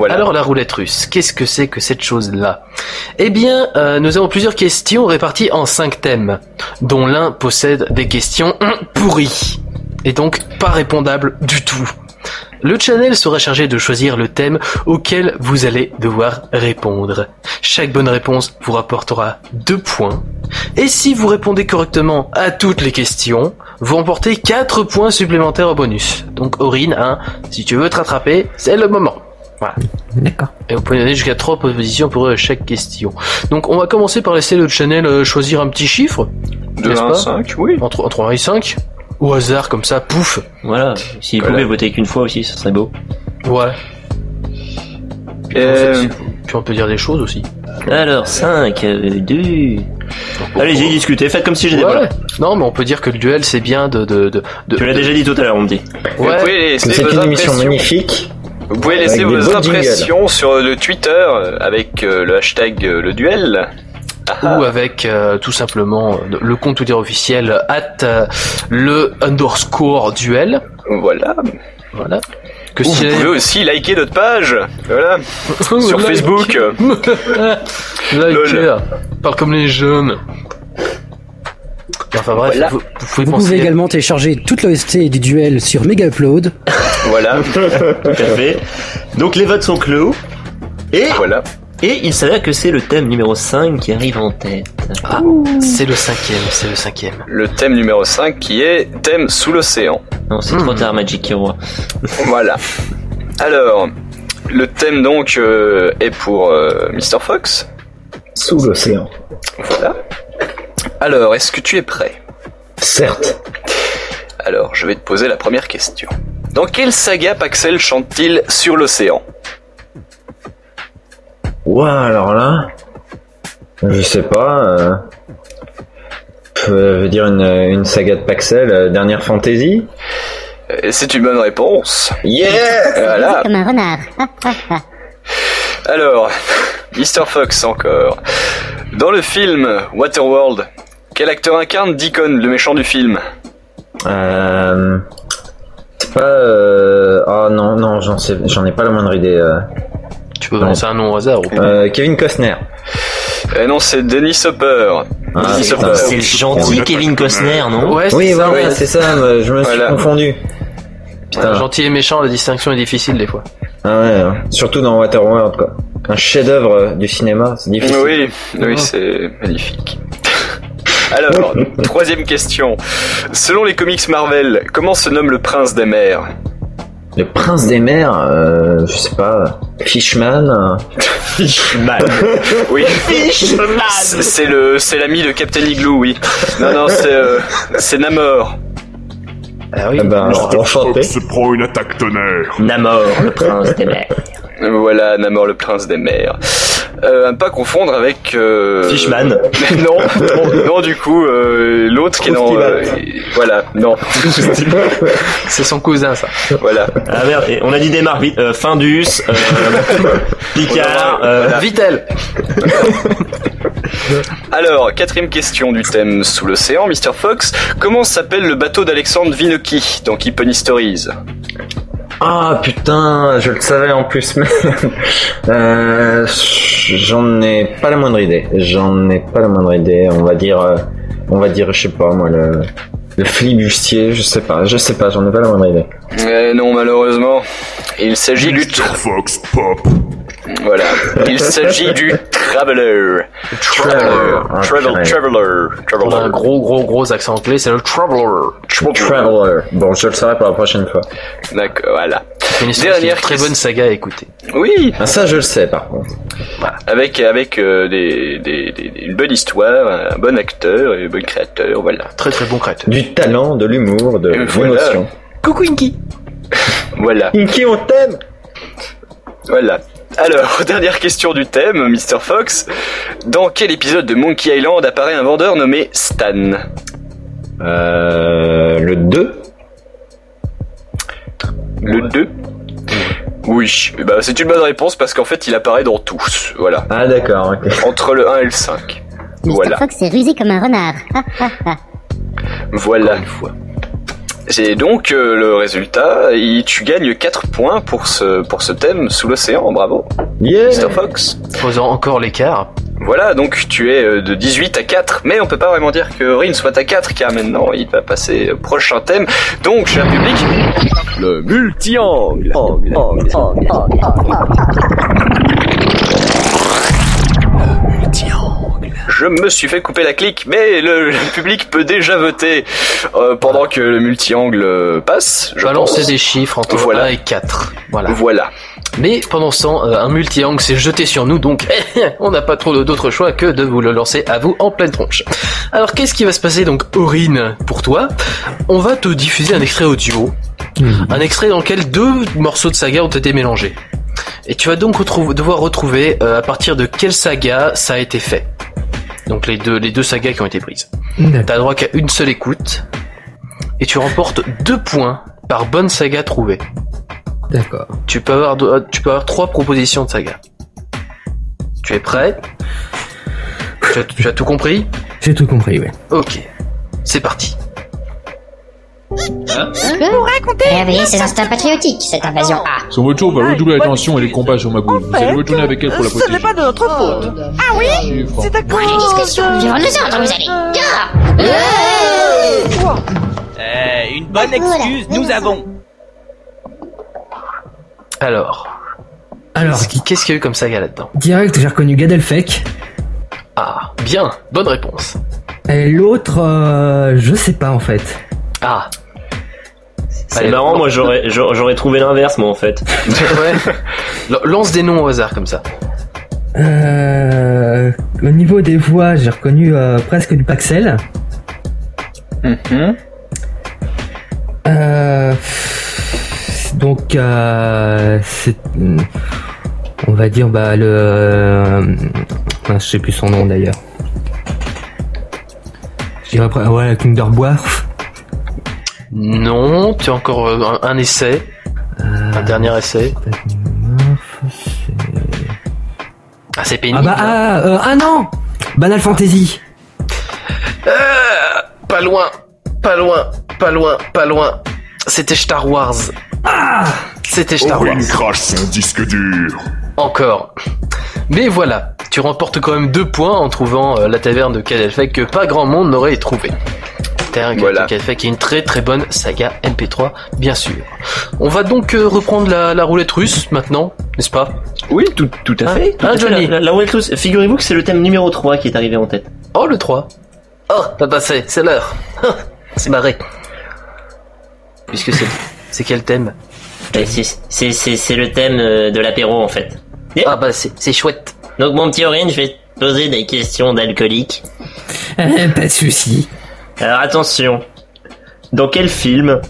Speaker 2: Alors la roulette russe, qu'est-ce que c'est que cette chose-là Eh bien, euh, nous avons plusieurs questions réparties en cinq thèmes, dont l'un possède des questions hum, pourries, et donc pas répondables du tout. Le channel sera chargé de choisir le thème auquel vous allez devoir répondre. Chaque bonne réponse vous rapportera deux points. Et si vous répondez correctement à toutes les questions, vous remportez quatre points supplémentaires au bonus. Donc Aurine, hein, si tu veux te rattraper, c'est le moment. Voilà.
Speaker 7: D'accord.
Speaker 2: Et vous pouvez donner jusqu'à trois propositions pour euh, chaque question. Donc on va commencer par laisser le channel euh, choisir un petit chiffre.
Speaker 5: De
Speaker 2: n'est-ce
Speaker 5: un à
Speaker 2: pas
Speaker 5: cinq, oui.
Speaker 2: Entre, entre 1 et 5. Au hasard, comme ça, pouf.
Speaker 3: Voilà, s'il
Speaker 2: Voilà.
Speaker 3: pouvait voter qu'une fois aussi, ce serait beau.
Speaker 2: Ouais. Puis, on
Speaker 3: Euh,
Speaker 2: fait- puis on peut dire des choses aussi.
Speaker 3: Alors, euh, 5, 2... Allez-y, discutez, faites comme si j'étais
Speaker 2: Ouais.
Speaker 3: pas là.
Speaker 2: Non, mais on peut dire que le duel, c'est bien de... de, de, de-
Speaker 3: Tu l'as déjà dit tout à l'heure, on me dit.
Speaker 5: Vous
Speaker 2: Ouais.
Speaker 5: pouvez laisser vos impressions.
Speaker 6: magnifique.
Speaker 5: Vous pouvez laisser
Speaker 6: Avec des
Speaker 5: vos
Speaker 6: beaux jingles.
Speaker 5: impressions sur le Twitter euh, avec euh, le hashtag euh, le duel.
Speaker 2: Ou avec euh, tout simplement euh, le compte Twitter officiel euh, at euh, le underscore duel.
Speaker 5: Voilà.
Speaker 2: Voilà. Que
Speaker 5: Ou
Speaker 2: si-
Speaker 5: vous pouvez aussi liker notre page. Voilà. sur
Speaker 2: Like.
Speaker 5: Facebook. euh,
Speaker 2: Liker. Parle comme les jeunes. Enfin bref, vous, vous pouvez
Speaker 11: Vous
Speaker 2: penser-
Speaker 11: pouvez également télécharger toute l'OST du duel sur Mega Upload.
Speaker 5: Voilà.
Speaker 3: Tout à fait. Donc les votes sont clos. Et
Speaker 5: voilà.
Speaker 3: Et il s'avère que c'est le thème numéro 5 qui arrive en tête.
Speaker 2: Ah, c'est le cinquième, c'est le cinquième.
Speaker 5: Le thème numéro 5 qui est thème sous l'océan.
Speaker 3: Non, c'est
Speaker 5: Hmm.
Speaker 3: trop tard, Magic Hero.
Speaker 5: Voilà. Alors, le thème donc euh, est pour euh, Mr. Fox.
Speaker 6: Sous l'océan.
Speaker 5: Voilà. Alors, est-ce que tu es prêt
Speaker 6: Certes.
Speaker 5: Alors, je vais te poser la première question. Dans quelle saga Paxel chante-t-il sur l'océan
Speaker 6: Ouah, alors là. Je sais pas. euh, Je veux dire une, une saga de Paxel, euh, Dernière Fantasy
Speaker 5: Euh, C'est une bonne réponse.
Speaker 6: Yeah
Speaker 5: Voilà.
Speaker 12: Comme un renard. Ah,
Speaker 5: Alors, Mr. Fox encore. Dans le film Waterworld, quel acteur incarne Deacon, le méchant du film
Speaker 6: Euh, ah C'est pas. Euh... Oh non, non, j'en sais... j'en ai pas la moindre idée. euh.
Speaker 2: Tu Tu peux lancer un nom au hasard. Ou pas.
Speaker 6: Euh, Kevin Costner.
Speaker 5: Eh non, c'est Dennis Hopper.
Speaker 3: Ah,
Speaker 5: Dennis
Speaker 3: putain, c'est le gentil Kevin Costner, non
Speaker 2: Ouais, c'est
Speaker 6: Oui,
Speaker 2: ça,
Speaker 6: voilà,
Speaker 2: oui.
Speaker 6: c'est ça, euh, je me suis
Speaker 5: Voilà.
Speaker 6: confondu. Putain.
Speaker 2: Gentil et méchant, la distinction est difficile des fois.
Speaker 6: Ah ouais, hein. surtout dans Waterworld, quoi. Un chef-d'œuvre euh, du cinéma, c'est difficile.
Speaker 5: Oui, oui, c'est magnifique. Alors, troisième question. Selon les comics Marvel, comment se nomme le prince des mers
Speaker 6: Le prince des mers, euh, je sais pas, Fishman. euh,
Speaker 3: Fishman.
Speaker 5: Oui. C'est c'est le, c'est l'ami de Captain Igloo, oui. Non, non, c'est, euh, c'est Namor.
Speaker 6: Ah
Speaker 3: Eh
Speaker 6: oui. bah, alors, enchanté.
Speaker 1: se prend une attaque tonnerre.
Speaker 3: ben, Namor, le prince des mers.
Speaker 5: Voilà, Namor, le prince des mers. Euh, à ne pas confondre avec euh,
Speaker 3: Fishman.
Speaker 5: Mais non, non, non, du coup, euh, l'autre qui est dans, euh, voilà, non,
Speaker 2: C'est son cousin, ça.
Speaker 5: voilà.
Speaker 3: Ah merde, et on a dit démarre vite. Euh, Findus, euh, Picard, euh,
Speaker 2: Vitel.
Speaker 5: Alors, quatrième question du thème sous l'océan, Mr. Fox. Comment s'appelle le bateau d'Alexandre Vinoki dans Keep on Stories
Speaker 6: Ah putain, je le savais en plus même. Euh, J'en ai pas la moindre idée. J'en ai pas la moindre idée. On va dire, euh, on va dire, je sais pas moi le le flibustier, je sais pas, je sais pas, j'en ai pas la moindre idée.
Speaker 5: Eh non, malheureusement, il s'agit du...
Speaker 1: Mr. Fox Pop.
Speaker 5: Voilà, il s'agit du Traveler. Traveler,
Speaker 6: Ah,
Speaker 5: Travel,
Speaker 6: purée.
Speaker 5: Traveler,
Speaker 2: On a un
Speaker 5: Traveler.
Speaker 2: gros, gros, gros accent anglais, c'est le Traveler.
Speaker 6: Traveler. Bon, je le saurai pour la prochaine fois.
Speaker 5: D'accord, voilà.
Speaker 2: C'est une espèce
Speaker 5: Dernière
Speaker 2: de très
Speaker 5: question.
Speaker 2: bonne saga à écouter.
Speaker 5: Oui,
Speaker 6: Ah, ça, je le sais par contre.
Speaker 5: avec avec euh, des, des, des- une bonne histoire, un bon acteur et un bon créateur, voilà.
Speaker 2: Très, très bon créateur.
Speaker 6: Du talent, de l'humour, de
Speaker 5: Et voilà.
Speaker 6: l'émotion.
Speaker 2: Coucou Inky.
Speaker 5: Voilà,
Speaker 6: Inky, on t'aime.
Speaker 5: voilà. Alors, dernière question du thème, Mr. Fox. Dans quel épisode de Monkey Island apparaît un vendeur nommé Stan
Speaker 6: Euh, le 2
Speaker 5: Le 2 Oui, Eh ben, c'est une bonne réponse parce qu'en fait, il apparaît dans tous, voilà.
Speaker 6: Ah d'accord. ok.
Speaker 5: Entre le 1 et le 5.
Speaker 12: Mr.
Speaker 5: Voilà.
Speaker 12: Fox est rusé comme un renard. Ah, ah, ah.
Speaker 5: Voilà. Et donc euh, le résultat, il- tu gagnes 4 points pour ce, pour ce thème sous l'océan, bravo,
Speaker 6: Yeah.
Speaker 5: Mr. Fox.
Speaker 2: Faisant encore l'écart.
Speaker 5: Voilà, donc tu es euh, de 18 à 4, mais on peut pas vraiment dire que Rin soit à 4 car maintenant il va passer au prochain thème. Donc, cher public,
Speaker 8: Le multi-angle.
Speaker 10: Ah
Speaker 5: je me suis fait couper la clique, mais le, le public peut déjà voter euh, pendant que le multi-angle euh, passe. Je
Speaker 2: Balancer
Speaker 5: pense.
Speaker 2: des chiffres entre
Speaker 5: Voilà.
Speaker 2: 1 et 4. Voilà.
Speaker 5: Voilà.
Speaker 2: Mais pendant ce temps, euh, un multi-angle s'est jeté sur nous, donc on n'a pas trop d'autre choix que de vous le lancer à vous en pleine tronche. Alors qu'est-ce qui va se passer donc, Aurine, pour toi On va te diffuser un extrait audio, un extrait dans lequel deux morceaux de saga ont été mélangés. Et tu vas donc retrou- devoir retrouver euh, à partir de quelle saga ça a été fait. Donc les deux, les deux sagas qui ont été prises.
Speaker 7: D'accord.
Speaker 2: T'as droit qu'à une seule écoute, et tu remportes deux points par bonne saga trouvée.
Speaker 7: D'accord.
Speaker 2: Tu peux avoir, do- tu peux avoir trois propositions de saga. Tu es prêt tu as, tu as tout compris
Speaker 7: J'ai tout compris, ouais.
Speaker 2: Ok. C'est parti.
Speaker 10: Vous racontez
Speaker 12: Hein Réveillez ces instincts patriotiques, cette invasion A.
Speaker 10: Oh.
Speaker 8: Son retour va redoubler la tension et les combats sur Magou. Vous allez retourner avec elle pour la protéger.
Speaker 10: de notre
Speaker 12: Oh.
Speaker 10: faute. Ah oui C'est à cause
Speaker 12: Allez, discrétion,
Speaker 10: de-
Speaker 12: je vais rendre le centre, vous allez.
Speaker 15: Eh, une bonne excuse, nous avons.
Speaker 2: Alors,
Speaker 7: Alors,
Speaker 2: qu'est-ce qui- qu'est-ce qu'il y a eu comme saga là-dedans
Speaker 7: direct, j'ai reconnu Gad Elfec.
Speaker 2: Ah, bien, bonne réponse.
Speaker 7: Et l'autre, euh, je sais pas en fait.
Speaker 2: Ah,
Speaker 3: C'est
Speaker 2: Allez,
Speaker 3: marrant,
Speaker 2: non.
Speaker 3: moi j'aurais j'aurais j'aurais trouvé l'inverse, moi en fait.
Speaker 2: ouais. L- Lance des noms au hasard comme ça.
Speaker 7: Euh, au niveau des voix, j'ai reconnu euh, presque du Paxel. Hmm. Euh, pff, donc, euh, c'est, on va dire bah le, euh, ah, je sais plus son nom d'ailleurs. Je dirais après- ouais Kinderboirf.
Speaker 2: Non, tu as encore euh, un, un essai, Euh, un dernier essai. Ah, c'est
Speaker 7: Ah
Speaker 2: pénible.
Speaker 7: bah ah, euh, ah non, Banal Fantasy.
Speaker 2: Ah, pas loin, pas loin, pas loin, pas loin. C'était Star Wars. C'était Star Wars.
Speaker 16: Oh,
Speaker 1: Orin crache son disque dur.
Speaker 2: encore. Mais voilà, tu remportes quand même deux points en trouvant euh, la taverne de Cadelfec que pas grand monde n'aurait trouvé. Taverne
Speaker 5: Voilà.
Speaker 2: de Cadelfec est une très très bonne saga MP3, bien sûr. On va donc euh, reprendre la, la roulette russe maintenant, n'est-ce pas
Speaker 3: Oui, tout, à fait, tout à
Speaker 2: Hein,
Speaker 3: fait.
Speaker 2: Johnny
Speaker 3: La- la- la roulette russe, figurez-vous que c'est le thème numéro 3 qui est arrivé en tête.
Speaker 2: Oh, le 3 Oh, pas passé, c'est l'heure. Ah, c'est marré. Puisque c'est... C'est quel thème
Speaker 3: Eh, C'est c'est le thème euh, de l'apéro en fait. Ah
Speaker 2: bah c'est chouette.
Speaker 3: Donc mon petit Aurine, je vais te poser des questions d'alcoolique.
Speaker 7: Euh, pas de souci.
Speaker 3: Alors attention. Dans quel film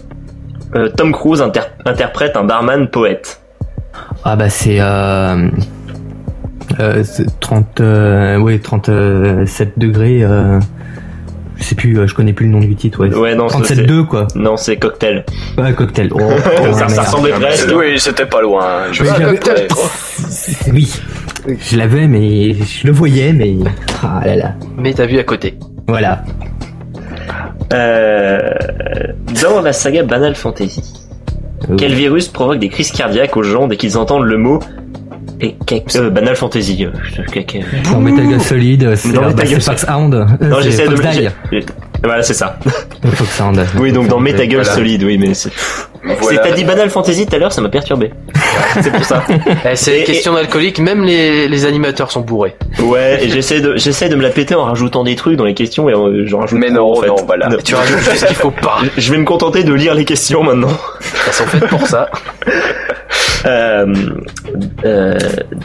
Speaker 3: euh, Tom Cruise inter- interprète un barman poète
Speaker 7: Ah bah c'est euh, euh, c'est 30 euh, ouais 37 degrés euh, je sais plus euh, je connais plus le nom du titre ouais,
Speaker 3: Ouais, non, ça,
Speaker 7: 37
Speaker 3: c'est-
Speaker 7: 2 quoi.
Speaker 3: Non, c'est cocktail.
Speaker 7: Ouais cocktail. Oh, putain,
Speaker 3: ça, ça
Speaker 7: merde.
Speaker 3: ressemblait presque.
Speaker 5: Oui, c'était pas
Speaker 3: hein.
Speaker 5: loin. Je
Speaker 7: Oui,
Speaker 5: Ah,
Speaker 7: j'avais-
Speaker 5: cocktail.
Speaker 7: Oui. Je l'avais mais je le voyais mais ah là là.
Speaker 2: Mais t'as vu à côté.
Speaker 7: Voilà.
Speaker 3: Euh, dans la saga Banal Fantasy,
Speaker 7: Oh.
Speaker 3: quel virus provoque des crises cardiaques aux gens dès qu'ils entendent le mot et, euh, Banal Fantasy euh, que- que-
Speaker 7: Dans Metal Gear Solid c'est
Speaker 3: Dans
Speaker 7: euh,
Speaker 3: Metal
Speaker 7: bah,
Speaker 3: Gear
Speaker 7: c'est
Speaker 3: Solid.
Speaker 7: Foxhound. Euh,
Speaker 3: Non,
Speaker 7: c'est
Speaker 3: j'essaie de
Speaker 7: Fox Die.
Speaker 3: j'ai- Voilà, c'est ça.
Speaker 7: Le Foxhound.
Speaker 3: Oui, donc dans Metal Gear
Speaker 7: Voilà.
Speaker 3: Solid, oui, mais c'est.
Speaker 2: Voilà.
Speaker 3: C'est- T'as dit Banal Fantasy tout à l'heure, ça m'a perturbé. c'est pour ça.
Speaker 2: Eh, c'est une question d'alcoolique, même les, les animateurs sont bourrés.
Speaker 3: Ouais, et j'essaie de, j'essaie de me la péter en rajoutant des trucs dans les questions et en- j'en rajoute
Speaker 5: Mais
Speaker 3: trop,
Speaker 5: non,
Speaker 3: en fait.
Speaker 5: non, voilà. Tu rajoutes juste ce qu'il
Speaker 2: faut pas.
Speaker 3: Je- Je vais me contenter de lire les questions maintenant.
Speaker 2: Elles sont faites pour ça.
Speaker 3: Euh, euh,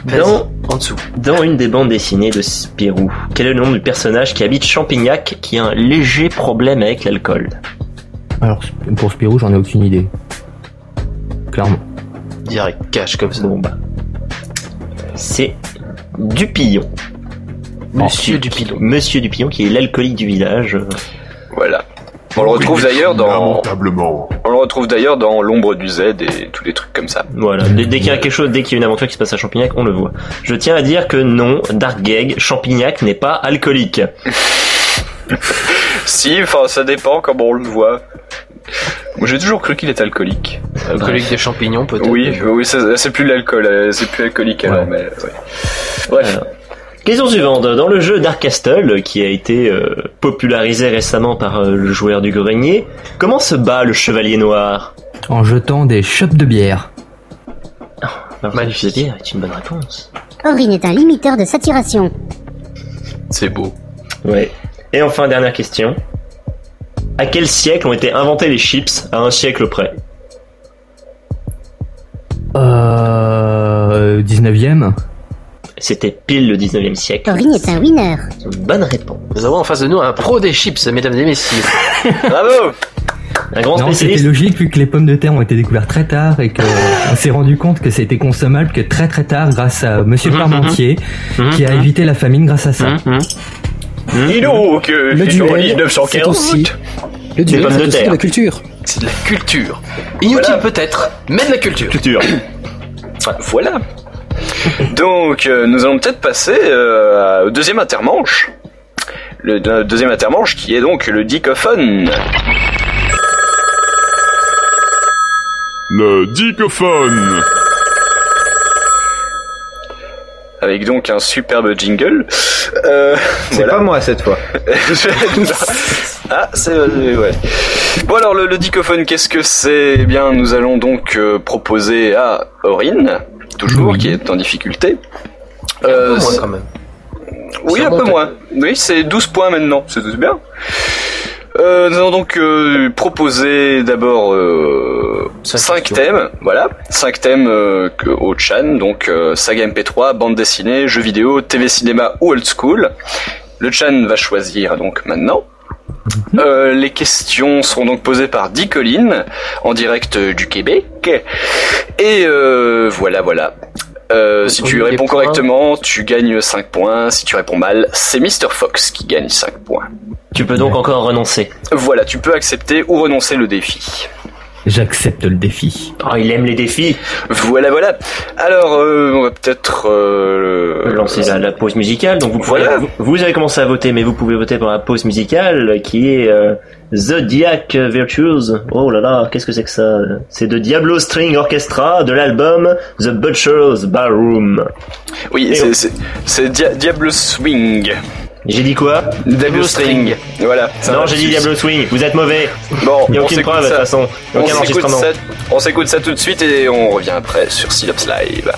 Speaker 3: dans,
Speaker 2: en dessous.
Speaker 3: Dans une des bandes dessinées de Spirou, quel est le nom du personnage qui habite Champignac qui a un léger problème avec l'alcool
Speaker 7: Alors pour Spirou j'en ai aucune idée. Clairement.
Speaker 2: Direct cash comme ça.
Speaker 3: Bon bah. C'est Dupillon.
Speaker 2: Monsieur
Speaker 3: Dupillon. Monsieur Dupillon qui est l'alcoolique du village.
Speaker 5: Voilà. On le retrouve d'ailleurs dans. On le retrouve d'ailleurs dans l'ombre du Z et tous les trucs comme ça.
Speaker 3: Voilà, dès, dès qu'il y a quelque chose, dès qu'il y a une aventure qui se passe à Champignac, on le voit. Je tiens à dire que non, Dark Gag, Champignac n'est pas alcoolique.
Speaker 5: Si, enfin, ça dépend comment on le voit. Moi, j'ai toujours cru qu'il était alcoolique.
Speaker 2: Alcoolique des champignons peut-être.
Speaker 5: Oui, oui, ça- c'est plus l'alcool, euh, c'est plus alcoolique alors, mais ouais. Bref.
Speaker 3: Question suivante. Dans le jeu Dark Castle, qui a été euh, popularisé récemment par euh, le joueur du grenier, comment se bat le chevalier noir
Speaker 7: En jetant des chopes de bière.
Speaker 3: Magnifique. Ah, C'est une bonne réponse.
Speaker 12: Aurine est un limiteur de saturation.
Speaker 2: C'est beau.
Speaker 3: Ouais. Et enfin, dernière question. À quel siècle ont été inventés les chips à un siècle près
Speaker 7: Euh, 19ème.
Speaker 3: C'était pile le 19e siècle.
Speaker 12: Aurine est un winner.
Speaker 3: Bonne réponse.
Speaker 2: Nous avons en face de nous un pro des chips, mesdames et messieurs.
Speaker 5: Bravo
Speaker 3: Un grand
Speaker 7: Non, c'était
Speaker 3: spécialiste.
Speaker 7: logique vu que les pommes de terre ont été découvertes très tard et qu'on s'est rendu compte que c'était consommable que très très tard grâce à Monsieur
Speaker 2: Mhm,
Speaker 7: Parmentier
Speaker 2: mhm.
Speaker 7: qui a
Speaker 2: Mhm.
Speaker 7: évité la famine grâce à ça.
Speaker 4: mhm.
Speaker 5: Dis-nous que
Speaker 7: Le
Speaker 5: dis-nous,
Speaker 7: duel,
Speaker 5: 1940.
Speaker 7: c'est aussi-
Speaker 3: Des
Speaker 11: Le duel,
Speaker 3: pommes
Speaker 11: c'est
Speaker 3: de
Speaker 11: aussi
Speaker 3: terre.
Speaker 11: de la culture.
Speaker 2: C'est de la culture. Inutile peut-être, mais de la culture.
Speaker 3: Culture.
Speaker 5: Voilà. Donc, euh, nous allons peut-être passer euh, au deuxième intermanche. Le de- deuxième intermanche qui est donc le dicophone.
Speaker 1: Le dicophone.
Speaker 5: Avec donc un superbe jingle. Euh,
Speaker 6: C'est pas moi cette fois.
Speaker 5: ah, c'est. euh, ouais. Bon, alors, le, le dicophone, qu'est-ce que c'est Eh bien, nous allons donc euh, proposer à Aurine, toujours, qui est en difficulté. Euh,
Speaker 2: Un peu moins,
Speaker 5: c'est-
Speaker 2: quand même.
Speaker 5: Oui,
Speaker 2: Ça
Speaker 5: un peu
Speaker 2: remonte.
Speaker 5: moins. Oui, c'est 12 points maintenant, c'est c'est bien. Euh, nous allons donc euh, proposer d'abord euh, cinq thèmes, voilà, cinq thèmes euh, que- au Chan, donc euh, saga MP3, bande dessinée, jeux vidéo, TV cinéma ou old school. Le Chan va choisir donc maintenant. Euh, les questions seront donc posées par Dick Collin en direct euh, du Québec. Et euh, voilà, voilà. Euh, si tu réponds
Speaker 2: Oubliez les points.
Speaker 5: correctement, tu gagnes 5 points. Si tu réponds mal, c'est Mr. Fox qui gagne 5 points.
Speaker 3: Tu peux donc encore renoncer.
Speaker 5: Voilà, tu peux accepter ou renoncer le défi.
Speaker 7: J'accepte le défi.
Speaker 3: Oh, il aime les défis.
Speaker 5: Voilà, voilà. Alors, euh, on va peut-être euh,
Speaker 3: lancer la, la pause musicale. Donc vous pouvez,
Speaker 5: Voilà.
Speaker 3: vous, vous avez commencé à voter, mais vous pouvez voter pour la pause musicale qui est euh, Zodiac Virtues. Oh là là, qu'est-ce que c'est que ça C'est de Diablo String Orchestra de l'album The Butcher's Ballroom.
Speaker 5: Oui, c'est- c'est- c'est Dia- Diablo Swing.
Speaker 3: J'ai dit quoi
Speaker 5: Diablo String. Voilà. c'est un
Speaker 3: Non, j'ai dit
Speaker 5: lapsus.
Speaker 3: Diablo Swing. Vous êtes mauvais.
Speaker 5: Bon,
Speaker 3: Il y a
Speaker 5: Oh, on
Speaker 3: aucune
Speaker 5: s'écoute
Speaker 3: preuve de toute
Speaker 5: ça.
Speaker 3: façon. Il y a
Speaker 5: On
Speaker 3: Aucun
Speaker 5: s'écoute
Speaker 3: enregistrement.
Speaker 5: ça, on s'écoute ça tout de suite et on revient après sur Synops Live.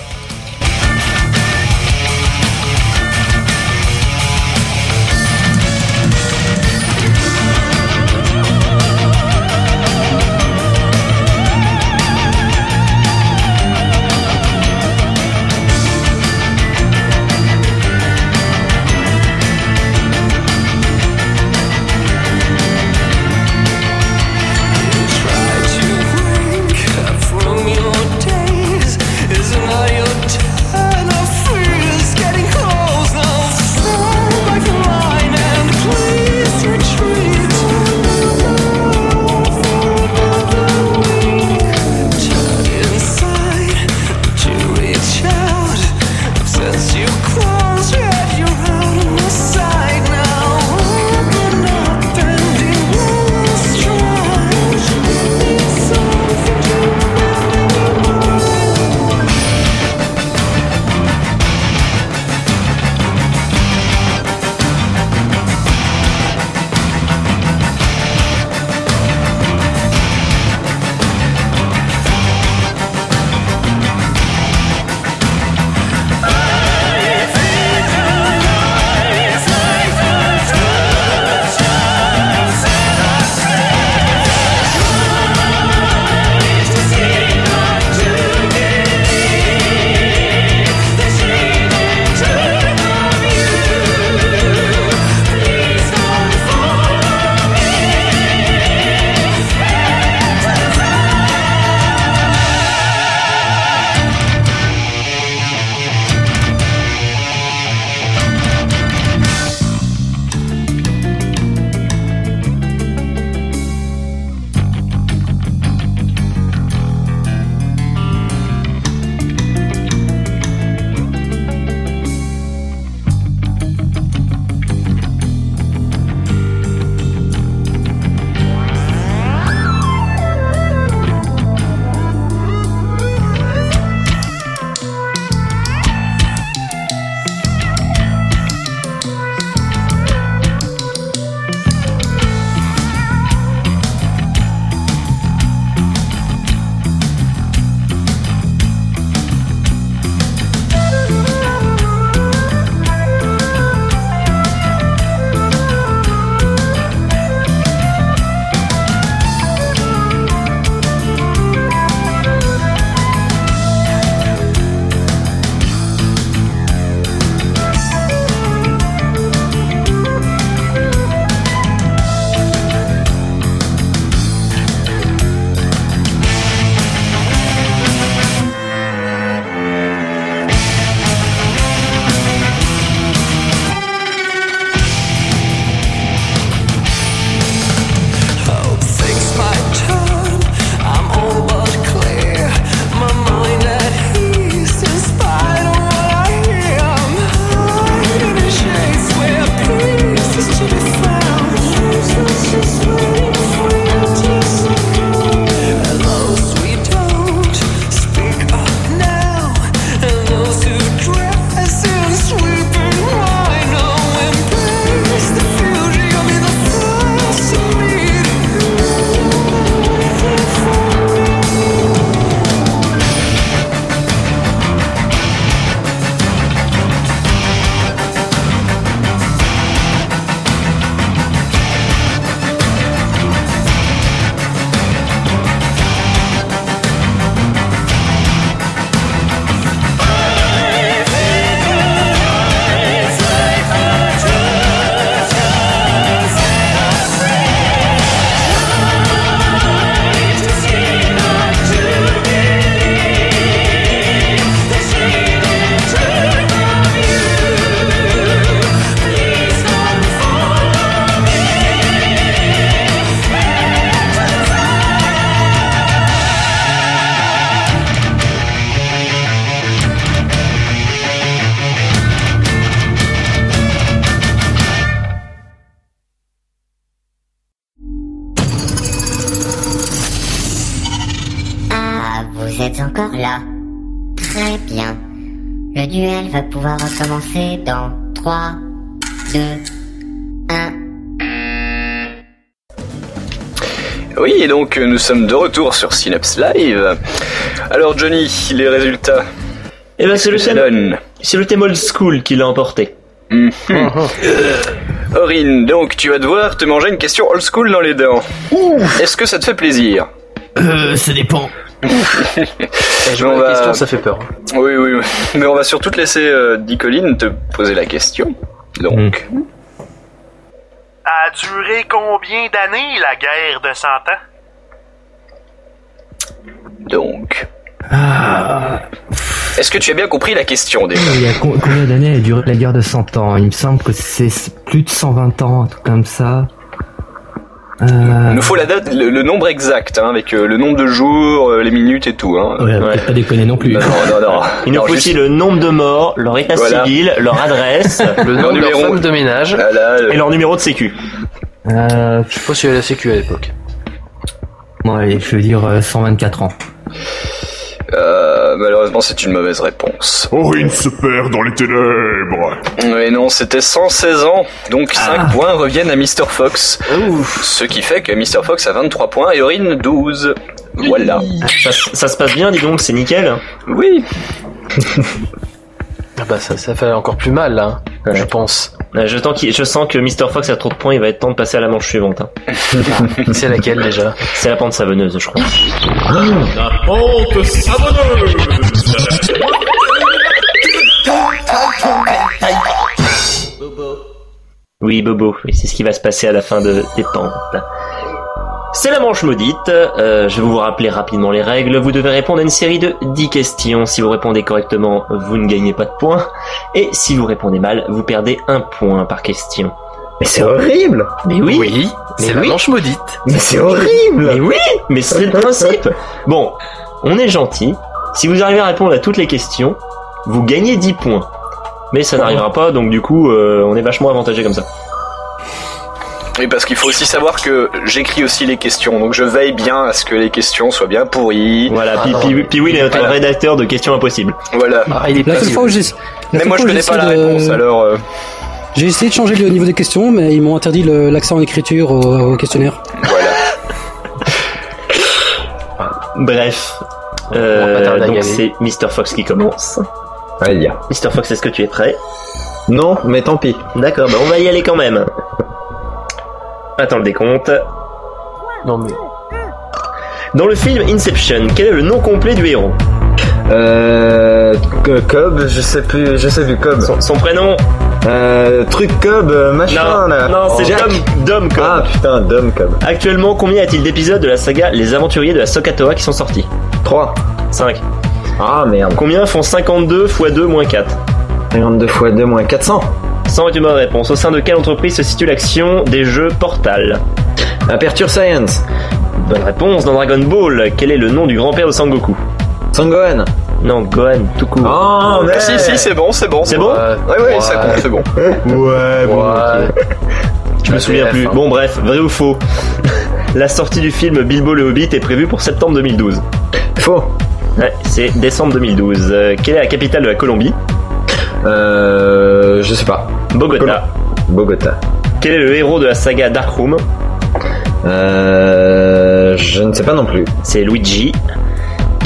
Speaker 17: Try to wake up from your days. Isn't all your
Speaker 12: Ah, Vous êtes encore là Très bien. Le duel va pouvoir recommencer dans 3, 2, 1.
Speaker 5: Oui, et donc euh, nous sommes de retour sur Synapse Live. Alors Johnny, les résultats
Speaker 3: Eh ben c'est le thème, c'est le thème old school qui l'a emporté.
Speaker 5: Mhm. Euh, Aurine, donc tu vas devoir te manger une question old school dans les dents. Est-ce que ça te fait plaisir
Speaker 4: Euh, ça dépend.
Speaker 3: Eh,
Speaker 5: Je
Speaker 2: la question, ça fait peur.
Speaker 5: Oui, oui, oui. mais on va surtout te laisser euh, Dicoline te poser la question.
Speaker 3: Hmm.
Speaker 5: Donc,
Speaker 17: A duré combien d'années la guerre de 100 ans
Speaker 5: donc.
Speaker 3: Ah.
Speaker 5: Est-ce que tu as bien compris la question déjà
Speaker 7: Il y a co- combien d'années a duré la guerre de 100 ans Il me semble que c'est s- plus de 120 ans, un truc comme ça.
Speaker 5: Il
Speaker 3: Ah.
Speaker 7: Euh,
Speaker 5: nous faut la date, le, le nombre exact, hein, avec euh, le nombre de jours, euh, les minutes et tout. Hein.
Speaker 7: Ouais,
Speaker 3: peut-être
Speaker 7: pas déconner non plus.
Speaker 5: Non, non,
Speaker 2: Bah
Speaker 5: non.
Speaker 3: Il nous
Speaker 5: Non,
Speaker 3: faut
Speaker 5: juste-
Speaker 3: aussi le nombre de morts, leur état
Speaker 5: Voilà.
Speaker 3: civil, leur adresse,
Speaker 5: Leur numéro Ah
Speaker 2: de ménage.
Speaker 3: et leur numéro de sécu.
Speaker 7: euh,
Speaker 2: Je sais pas si elle a la sécu à l'époque.
Speaker 7: bon, allez, je veux dire euh, 124 ans.
Speaker 5: Euh, malheureusement, c'est une mauvaise réponse.
Speaker 1: Aurine se perd Oh, dans les ténèbres.
Speaker 5: Mais non, c'était 116 ans, donc
Speaker 3: Ah.
Speaker 5: 5 points reviennent à Mr. Fox. Ce qui fait que Mr. Fox a 23 points et Aurine 12. Voilà.
Speaker 3: Ça, ça se passe bien, dis donc, c'est nickel.
Speaker 5: Oui.
Speaker 2: Ah bah ça, ça fait encore plus mal là, hein, je pense.
Speaker 3: Euh, Je, tends qu'il- je sens que Mr. Fox a trop de points, il va être temps de passer à la manche suivante. hein.
Speaker 2: C'est laquelle déjà
Speaker 3: C'est la pente savonneuse, je crois.
Speaker 5: Ah.
Speaker 1: La pente savonneuse.
Speaker 3: Oui, Bobo, oui, c'est ce qui va se passer à la fin de, des pentes. C'est la manche maudite. Euh, je vais vous rappeler rapidement les règles. Vous devez répondre à une série de 10 questions. Si vous répondez correctement, vous ne gagnez pas de points. Et si vous répondez mal, vous perdez un point par question. Mais c'est horrible Mais oui
Speaker 2: Oui, c'est la manche maudite.
Speaker 3: Mais c'est horrible Mais oui Mais c'est le principe Bon, on est gentil. Si vous arrivez à répondre à toutes les questions, vous gagnez 10 points. Mais ça n'arrivera pas, donc du coup, euh, on est vachement avantagé comme ça.
Speaker 5: Oui, parce qu'il faut aussi savoir que j'écris aussi les questions, donc je veille bien à ce que les questions soient bien pourries.
Speaker 3: Voilà, puis, puis, puis oui, Ah, il est notre rédacteur de questions impossibles.
Speaker 5: Voilà.
Speaker 11: La seule fois où j'ai. la
Speaker 5: Mais
Speaker 11: seule
Speaker 5: moi, je
Speaker 11: fois où
Speaker 5: connais
Speaker 11: j'essaie
Speaker 5: pas la
Speaker 11: de-
Speaker 5: réponse, alors. euh,
Speaker 11: J'ai essayé de changer le niveau des questions, mais ils m'ont interdit le- l'accent en écriture au, au questionnaire.
Speaker 3: Bref. euh,
Speaker 11: On va pas tarder à
Speaker 3: donc
Speaker 11: y aller.
Speaker 3: c'est Mr. Fox qui commence. Mr. Fox, est-ce que tu es prêt Non, mais tant pis. D'accord, bah on va y aller quand même. Attends le décompte.
Speaker 2: Non mais.
Speaker 3: Dans le film Inception, quel est le nom complet du héros
Speaker 6: Euh. que- Cobb, je sais plus, je sais plus Cobb.
Speaker 3: Son, prénom
Speaker 6: Euh. Truc Cobb, euh, machin
Speaker 3: Non,
Speaker 6: là.
Speaker 3: non, c'est
Speaker 6: Jack.
Speaker 3: Dom, Dom Cobb.
Speaker 6: Ah putain, Dom Cobb.
Speaker 3: Actuellement, combien y a-t-il d'épisodes de la saga Les Aventuriers de la Sokatoa qui sont sortis
Speaker 6: 3.
Speaker 3: 5.
Speaker 6: Ah merde.
Speaker 3: Combien font 52 x 2 moins 4
Speaker 6: 52 x 2 moins 400.
Speaker 3: 100 est une bonne réponse. Au sein de quelle entreprise se situe l'action des jeux Portal
Speaker 6: Aperture Science.
Speaker 3: Bonne réponse. Dans Dragon Ball, quel est le nom du grand-père de Sangoku
Speaker 6: Sangohan.
Speaker 3: Non, Gohan, tout court.
Speaker 6: Oh, mais...
Speaker 5: Ah, Si, si, c'est bon, c'est bon.
Speaker 3: Ah, C'est bon
Speaker 5: Ouais, ouais, ça compte, c'est bon.
Speaker 6: Ouais, bon.
Speaker 3: Je me souviens plus. Bon, bref, hein. vrai ou faux La sortie du film Bilbo le Hobbit est prévue pour septembre 2012.
Speaker 6: Faux.
Speaker 3: Ouais, c'est décembre 2012. Euh, quelle est la capitale de la Colombie
Speaker 6: Euh. Je sais pas.
Speaker 3: Bogota.
Speaker 6: Bogota.
Speaker 3: Quel est le héros de la saga Darkroom
Speaker 6: Euh. Je ne sais pas non plus.
Speaker 3: C'est Luigi.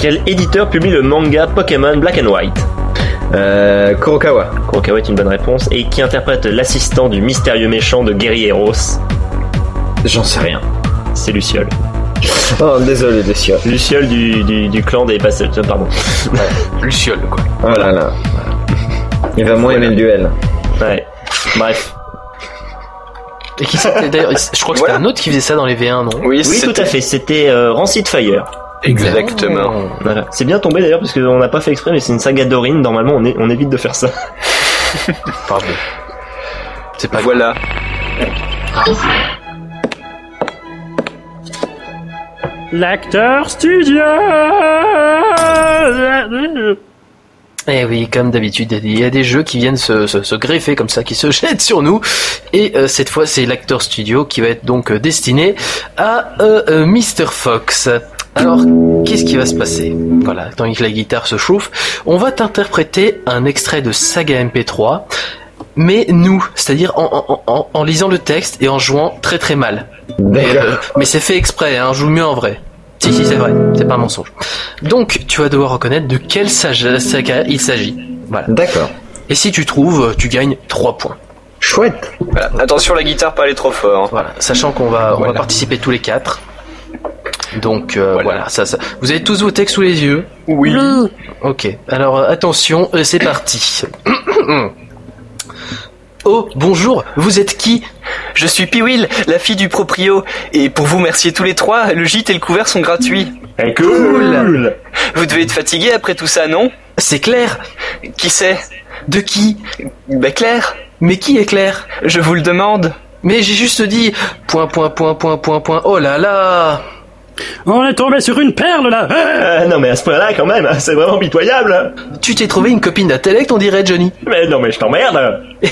Speaker 3: Quel éditeur publie le manga Pokémon Black and White
Speaker 6: Euh. Kurokawa.
Speaker 3: Kurokawa est une bonne réponse. Et qui interprète l'assistant du mystérieux méchant de Guerrieros
Speaker 6: J'en sais rien.
Speaker 3: C'est Luciole.
Speaker 6: Oh, désolé, Luciole.
Speaker 3: Luciole du, du, du clan des passeurs. Pardon.
Speaker 2: Luciole quoi.
Speaker 6: Oh là là. Il va moins aimer le duel.
Speaker 3: Ouais. Bref.
Speaker 2: Et qui c'était d'ailleurs Je crois que c'était un autre qui faisait ça dans les V1, non
Speaker 5: Oui,
Speaker 3: Oui, tout à fait. C'était euh, Rancid Fire.
Speaker 5: Exactement.
Speaker 3: Voilà. C'est bien tombé d'ailleurs parce qu'on n'a pas fait exprès, mais c'est une saga d'Orin. Normalement, on, est, on évite de faire ça.
Speaker 2: Pardon. C'est pas
Speaker 5: Voilà.
Speaker 4: L'acteur studio
Speaker 2: Eh oui, comme d'habitude, il y a des jeux qui viennent se, se- se greffer comme ça, qui se jettent sur nous. Et euh, cette fois, c'est l'acteur studio qui va être donc euh, destiné à euh, euh, Mr. Fox. Alors, qu'est-ce qui va se passer Voilà, tandis que la guitare se chauffe, on va t'interpréter un extrait de Saga MP3, mais nous, c'est-à-dire en, en- en- en lisant le texte et en jouant très très mal. Euh, mais c'est fait exprès, hein, je joue mieux en vrai. Si, si, c'est vrai, c'est pas un mensonge. Donc, tu vas devoir reconnaître de quelle sage- saga il s'agit. Voilà.
Speaker 6: D'accord.
Speaker 2: Et si tu trouves, tu gagnes 3 points.
Speaker 6: Chouette
Speaker 5: Voilà. Attention, la guitare, pas aller trop fort.
Speaker 2: Voilà. Sachant qu'on va, on va participer tous les quatre. Donc euh, voilà, ça, ça. Vous avez tous vos textes sous les yeux
Speaker 5: Oui.
Speaker 2: Ok. Alors euh, attention, euh, c'est parti. oh bonjour, vous êtes qui
Speaker 5: Je suis Piwil, la fille du proprio. Et pour vous remercier tous les trois, le gîte et le couvert sont gratuits.
Speaker 3: Eh,
Speaker 2: cool
Speaker 5: Vous devez être fatigué après tout ça, non
Speaker 2: C'est Claire
Speaker 5: Qui c'est
Speaker 2: De qui
Speaker 5: Ben Claire
Speaker 2: Mais qui est Claire
Speaker 5: Je vous le demande.
Speaker 2: Mais j'ai juste dit point point point point point point. Oh là là
Speaker 11: On est tombé sur une perle là
Speaker 3: Ah, non mais à ce point-là quand même, c'est vraiment pitoyable.
Speaker 2: Tu t'es trouvé une copine d'intellect, on dirait Johnny.
Speaker 3: Mais non mais je t'emmerde.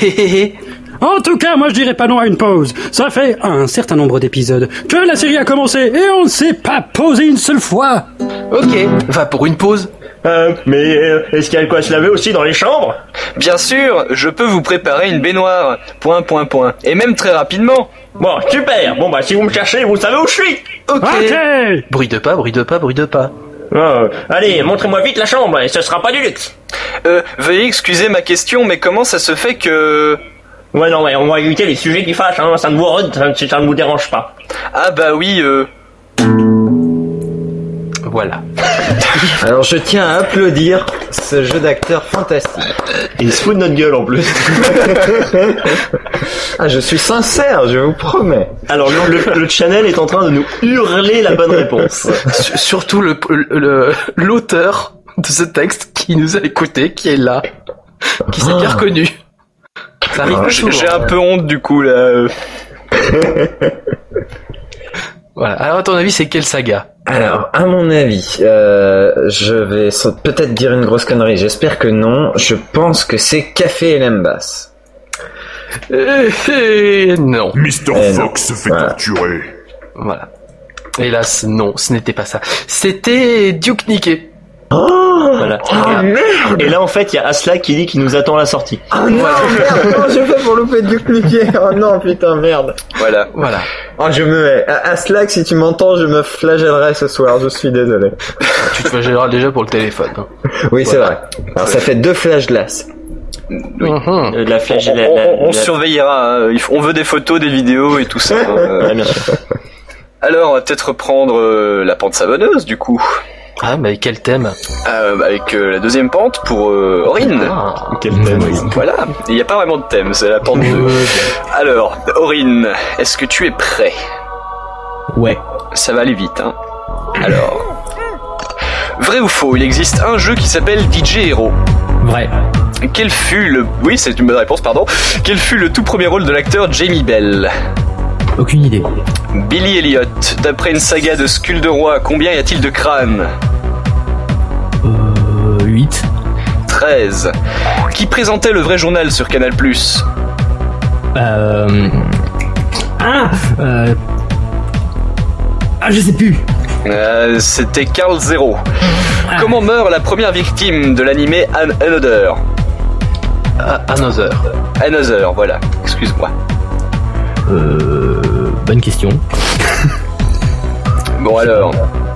Speaker 11: En tout cas, moi je dirais pas non à une pause. Ça fait un certain nombre d'épisodes que la série a commencé et on ne s'est pas posé une seule fois.
Speaker 2: Ok, va pour une pause.
Speaker 3: Euh, mais euh, est-ce qu'il y a de quoi se laver aussi dans les chambres
Speaker 5: Bien sûr, je peux vous préparer une baignoire. Point, point, point. Et même très rapidement.
Speaker 3: Bon, super. Bon bah si vous me cherchez, vous savez où je suis.
Speaker 2: Ok. Bruit de pas, bruit de pas, bruit de pas.
Speaker 3: Euh, allez, montrez-moi vite la chambre et ce sera pas du luxe.
Speaker 5: Euh, veuillez excuser ma question, mais comment ça se fait que...
Speaker 3: Ouais non mais on va éviter les sujets qui fâchent, hein. ça ne vous re- ça, ne- ça ne vous dérange pas.
Speaker 5: Ah bah oui, euh...
Speaker 2: Voilà.
Speaker 6: Alors je tiens à applaudir ce jeu d'acteur fantastique.
Speaker 3: Il se fout de notre gueule en plus.
Speaker 6: ah, je suis sincère, je vous promets.
Speaker 3: Alors le, le, le channel est en train de nous hurler la bonne réponse.
Speaker 2: Sur- Surtout le- le- l'auteur de ce texte qui nous a écouté, qui est là, qui s'est
Speaker 7: Ah.
Speaker 2: bien reconnu. Ça arrive pas souvent.
Speaker 5: J'ai un peu honte du coup là. euh.
Speaker 2: Voilà. Alors à ton avis, c'est quelle saga
Speaker 6: Alors, à mon avis, euh, je vais sa- peut-être dire une grosse connerie. J'espère que non. Je pense que c'est Café et Lembas.
Speaker 2: Euh, euh, Non.
Speaker 1: Mr.
Speaker 6: Eh non.
Speaker 1: Fox se fait torturer.
Speaker 2: Voilà. Hélas, non, ce n'était pas ça. C'était Duke Niquet.
Speaker 7: Oh
Speaker 2: Oh,
Speaker 3: Voilà. et là en fait il y a Asla qui dit qu'il nous attend à la sortie.
Speaker 6: Oh non, merde, comment je fais pour louper du cliquet Oh non, putain, merde.
Speaker 5: Voilà.
Speaker 2: Voilà.
Speaker 6: Oh, je me hais. À, à Slack, si tu m'entends, je me flagellerai ce soir. Je suis désolé.
Speaker 2: Tu te flagelleras déjà pour le téléphone. hein.
Speaker 6: Oui, c'est vrai. Alors, ça fait deux flagelaces.
Speaker 2: Mhm.
Speaker 3: Euh, de la flèche.
Speaker 5: On,
Speaker 3: la, la-
Speaker 5: on- on
Speaker 3: la-
Speaker 5: surveillera, hein. Il faut- on veut des photos, des vidéos et tout ça. hein. Euh,
Speaker 3: Ouais, bien sûr.
Speaker 5: Alors, on va peut-être reprendre euh, la pente savonneuse du coup.
Speaker 2: Ah, mais quel thème
Speaker 5: Euh, avec euh, la deuxième pente pour euh, Aurine. Mmh.
Speaker 2: Ah.
Speaker 3: Quel thème, oui.
Speaker 5: Voilà, il n'y a pas vraiment de thème, c'est la pente 2. Alors, Aurine, est-ce que tu es prêt
Speaker 7: Ouais.
Speaker 5: Ça va aller vite, hein. Alors. Vrai ou faux, il existe un jeu qui s'appelle DJ Hero.
Speaker 7: Vrai.
Speaker 5: Quel fut le. Oui, c'est une bonne réponse, pardon. Quel fut le tout premier rôle de l'acteur Jamie Bell
Speaker 7: Aucune idée.
Speaker 5: Billy Elliot, d'après une saga de Skull de Roi, combien y a-t-il de crânes
Speaker 7: Euh, 8.
Speaker 5: 13. Qui présentait le vrai journal sur Canal
Speaker 7: Euh... Ah euh... Ah, je sais plus. Ah.
Speaker 5: Euh, C'était Carl Zero. Comment meurt la première victime de l'animé An Another
Speaker 2: Ah, Another.
Speaker 5: Another, voilà, excuse-moi.
Speaker 7: Euh... Bonne question.
Speaker 5: Bon alors,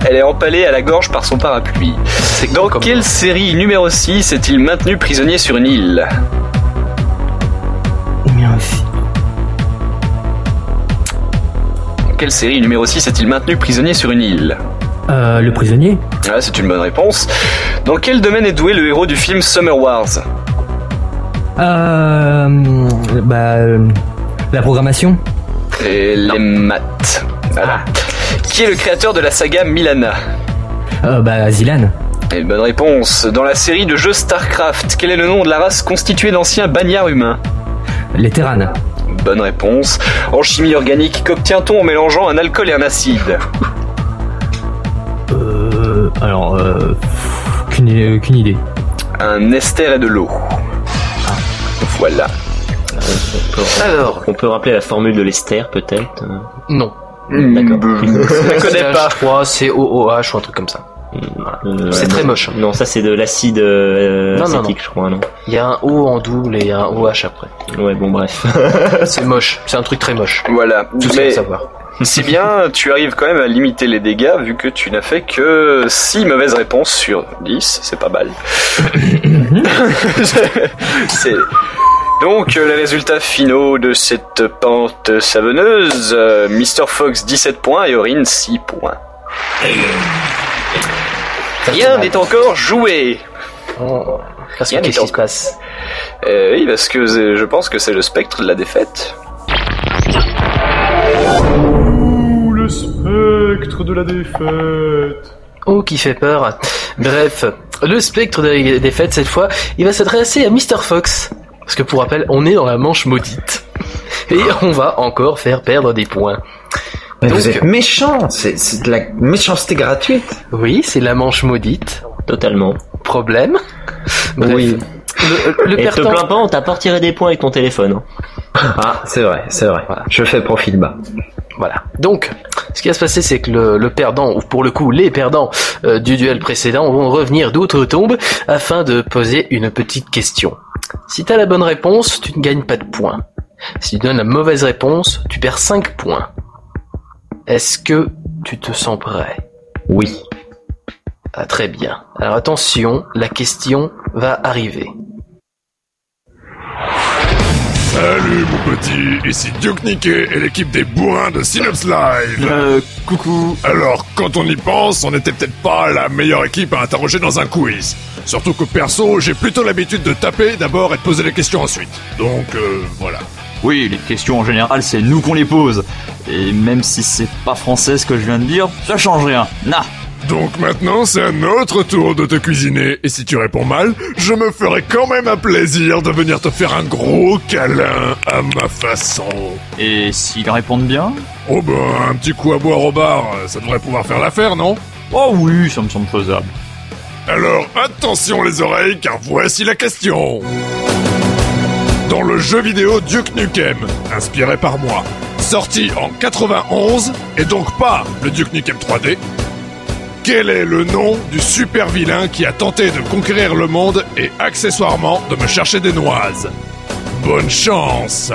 Speaker 5: elle est empalée à la gorge par son parapluie. Dans
Speaker 2: comme-
Speaker 5: quelle série numéro 6 est-il maintenu prisonnier sur une île
Speaker 7: Merci.
Speaker 5: Dans Quelle série numéro 6 est-il maintenu prisonnier sur une île
Speaker 7: Euh, le prisonnier
Speaker 5: Ah, c'est une bonne réponse. Dans quel domaine est doué le héros du film Summer Wars
Speaker 7: Euh... Bah... euh, La programmation
Speaker 5: Et les maths. Voilà. Qui est le créateur de la saga Milana
Speaker 7: euh, Bah, Zilan.
Speaker 5: Et bonne réponse. Dans la série de jeux StarCraft, quel est le nom de la race constituée d'anciens bagnards humains
Speaker 7: Les Terranes.
Speaker 5: Bonne réponse. En chimie organique, qu'obtient-on en mélangeant un alcool et un acide
Speaker 7: Euh... Alors, euh... pff, Aucune, euh, aucune idée.
Speaker 5: Un ester et de l'eau. Voilà.
Speaker 2: Alors,
Speaker 3: On peut rappeler la formule de l'ester peut-être. hein.
Speaker 2: non. D'accord.
Speaker 5: Hmm. Je connais pas.
Speaker 2: Je crois, c'est OOH ou un truc comme ça. C'est très moche.
Speaker 3: Euh, Non, ça c'est de l'acide euh,
Speaker 2: Non, non,
Speaker 3: acétique, je crois, non
Speaker 2: Il y a un O en double et il y a un OH après.
Speaker 3: Ouais, bon, bref.
Speaker 2: c'est moche. C'est un truc très moche.
Speaker 5: Voilà.
Speaker 2: Tout ça à
Speaker 5: Mais-
Speaker 2: savoir.
Speaker 5: Si bien, tu arrives quand même à limiter les dégâts vu que tu n'as fait que 6 mauvaises réponses sur 10, c'est pas mal. C'est- Donc euh, les résultats finaux de cette pente savonneuse, euh, Mr Fox 17 points et Orin 6 points. Rien n'est encore joué.
Speaker 2: Parce que
Speaker 5: Rien n'est
Speaker 2: qu'est-ce qui se
Speaker 5: encore-
Speaker 2: passe
Speaker 5: Euh, oui, parce que c'est- je pense que c'est le spectre de la défaite.
Speaker 17: le spectre de la défaite.
Speaker 2: Oh, qui fait peur. Bref, le spectre des des fêtes cette fois, il va s'adresser à Mr. Fox. Parce que pour rappel, on est dans la manche maudite. Et on va encore faire perdre des points.
Speaker 6: Mais vous êtes méchant, c'est c'est de la méchanceté gratuite.
Speaker 2: Oui, c'est la manche maudite.
Speaker 3: Totalement.
Speaker 2: Problème. Bref.
Speaker 3: Oui.
Speaker 2: Le, le
Speaker 3: Et te
Speaker 2: pertan-
Speaker 3: plains pas, on t'a pas retiré des points avec ton téléphone. hein.
Speaker 6: Ah, c'est vrai, c'est vrai. Je fais profil bas.
Speaker 2: Voilà. Donc, ce qui va se passer, c'est que le, le perdant, ou pour le coup les perdants euh, du duel précédent, vont revenir d'autres tombes afin de poser une petite question. Si t'as la bonne réponse, tu ne gagnes pas de points. Si tu donnes la mauvaise réponse, tu perds 5 points. Est-ce que tu te sens prêt
Speaker 6: Oui.
Speaker 2: Ah, très bien. Alors attention, la question va arriver.
Speaker 16: Salut mon petit, ici Duke Niquet et l'équipe des bourrins de Synops Live.
Speaker 17: Euh, coucou.
Speaker 16: Alors, quand on y pense, on n'était peut-être pas la meilleure équipe à interroger dans un quiz. Surtout que perso, j'ai plutôt l'habitude de taper d'abord et de poser les questions ensuite. Donc, euh, voilà.
Speaker 18: Oui, les questions en général, c'est nous qu'on les pose. Et même si c'est pas français ce que je viens de dire, ça change rien. Nah
Speaker 16: Donc maintenant, c'est à notre tour de te cuisiner. Et si tu réponds mal, je me ferai quand même un plaisir de venir te faire un gros câlin à ma façon.
Speaker 18: Et s'ils répondent bien
Speaker 16: Oh ben, un petit coup à boire au bar, ça devrait pouvoir faire l'affaire, non
Speaker 18: Oh oui, ça me semble faisable.
Speaker 16: Alors attention les oreilles, car voici la question. Dans le jeu vidéo Duke Nukem, inspiré par moi, sorti en 91, et donc pas le Duke Nukem 3D, quel est le nom du super vilain qui a tenté de conquérir le monde et accessoirement de me chercher des noises Bonne chance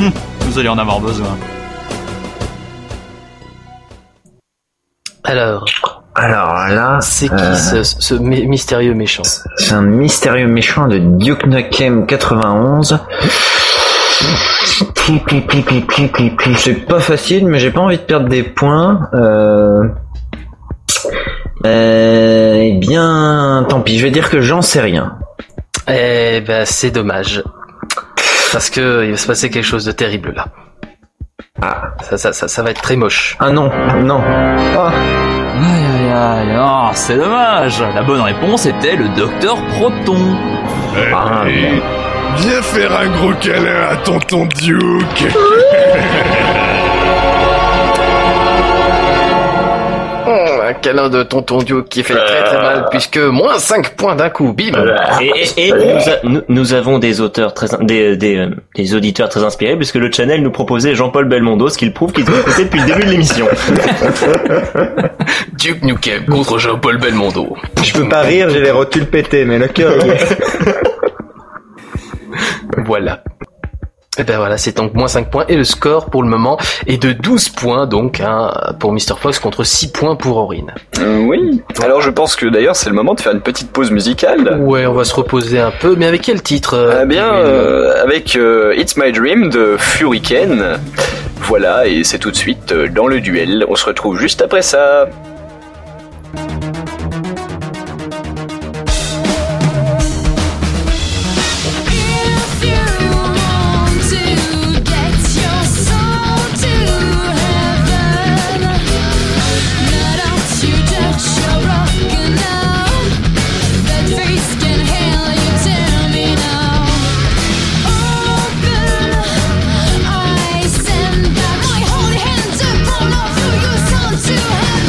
Speaker 18: Hum, Vous allez en avoir besoin.
Speaker 2: Alors,
Speaker 6: Alors là,
Speaker 2: c'est qui
Speaker 6: euh,
Speaker 2: ce, ce mé- mystérieux méchant
Speaker 6: C'est un mystérieux méchant de Duke Nukem 91. Pli, pli, pli, pli, pli, pli, pli. C'est pas facile, mais j'ai pas envie de perdre des points. Euh... euh, Eh bien, tant pis, je vais dire que j'en sais rien.
Speaker 2: Eh ben, c'est dommage. Parce que il va se passer quelque chose de terrible là.
Speaker 6: Ah.
Speaker 2: Ça, ça, ça, ça va être très moche.
Speaker 6: Ah non, non. Ah.
Speaker 18: Aïe aïe aïe, oh, c'est dommage. La bonne réponse était le docteur Proton. Ah.
Speaker 16: Et Eh viens faire un gros câlin à tonton Duke
Speaker 2: un câlin Oh, de tonton Duke qui fait très très mal puisque moins 5 points d'un coup, bim
Speaker 3: Et, et- et nous, a- nous- nous avons des auteurs très, in- des, des, euh, des auditeurs très inspirés puisque le channel nous proposait Jean-Paul Belmondo, ce qui le prouve qu'ils ont écouté depuis le début de l'émission.
Speaker 2: Duke Nukem contre Jean-Paul Belmondo.
Speaker 6: Je peux pas rire, j'ai les rotules pétées, mais le cœur.
Speaker 2: Voilà. Et ben voilà, c'est donc moins 5 points et le score pour le moment est de 12 points donc hein, pour Mr. Fox contre 6 points pour Aurine.
Speaker 5: Euh, oui. Alors je pense que d'ailleurs c'est le moment de faire une petite pause musicale.
Speaker 2: Ouais, on va se reposer un peu, mais avec quel titre euh,
Speaker 5: Eh bien,
Speaker 2: Pingouin
Speaker 5: euh, avec euh, It's My Dream de Furiken. Voilà, et c'est tout de suite euh, dans le duel. On se retrouve juste après ça.
Speaker 19: To heaven.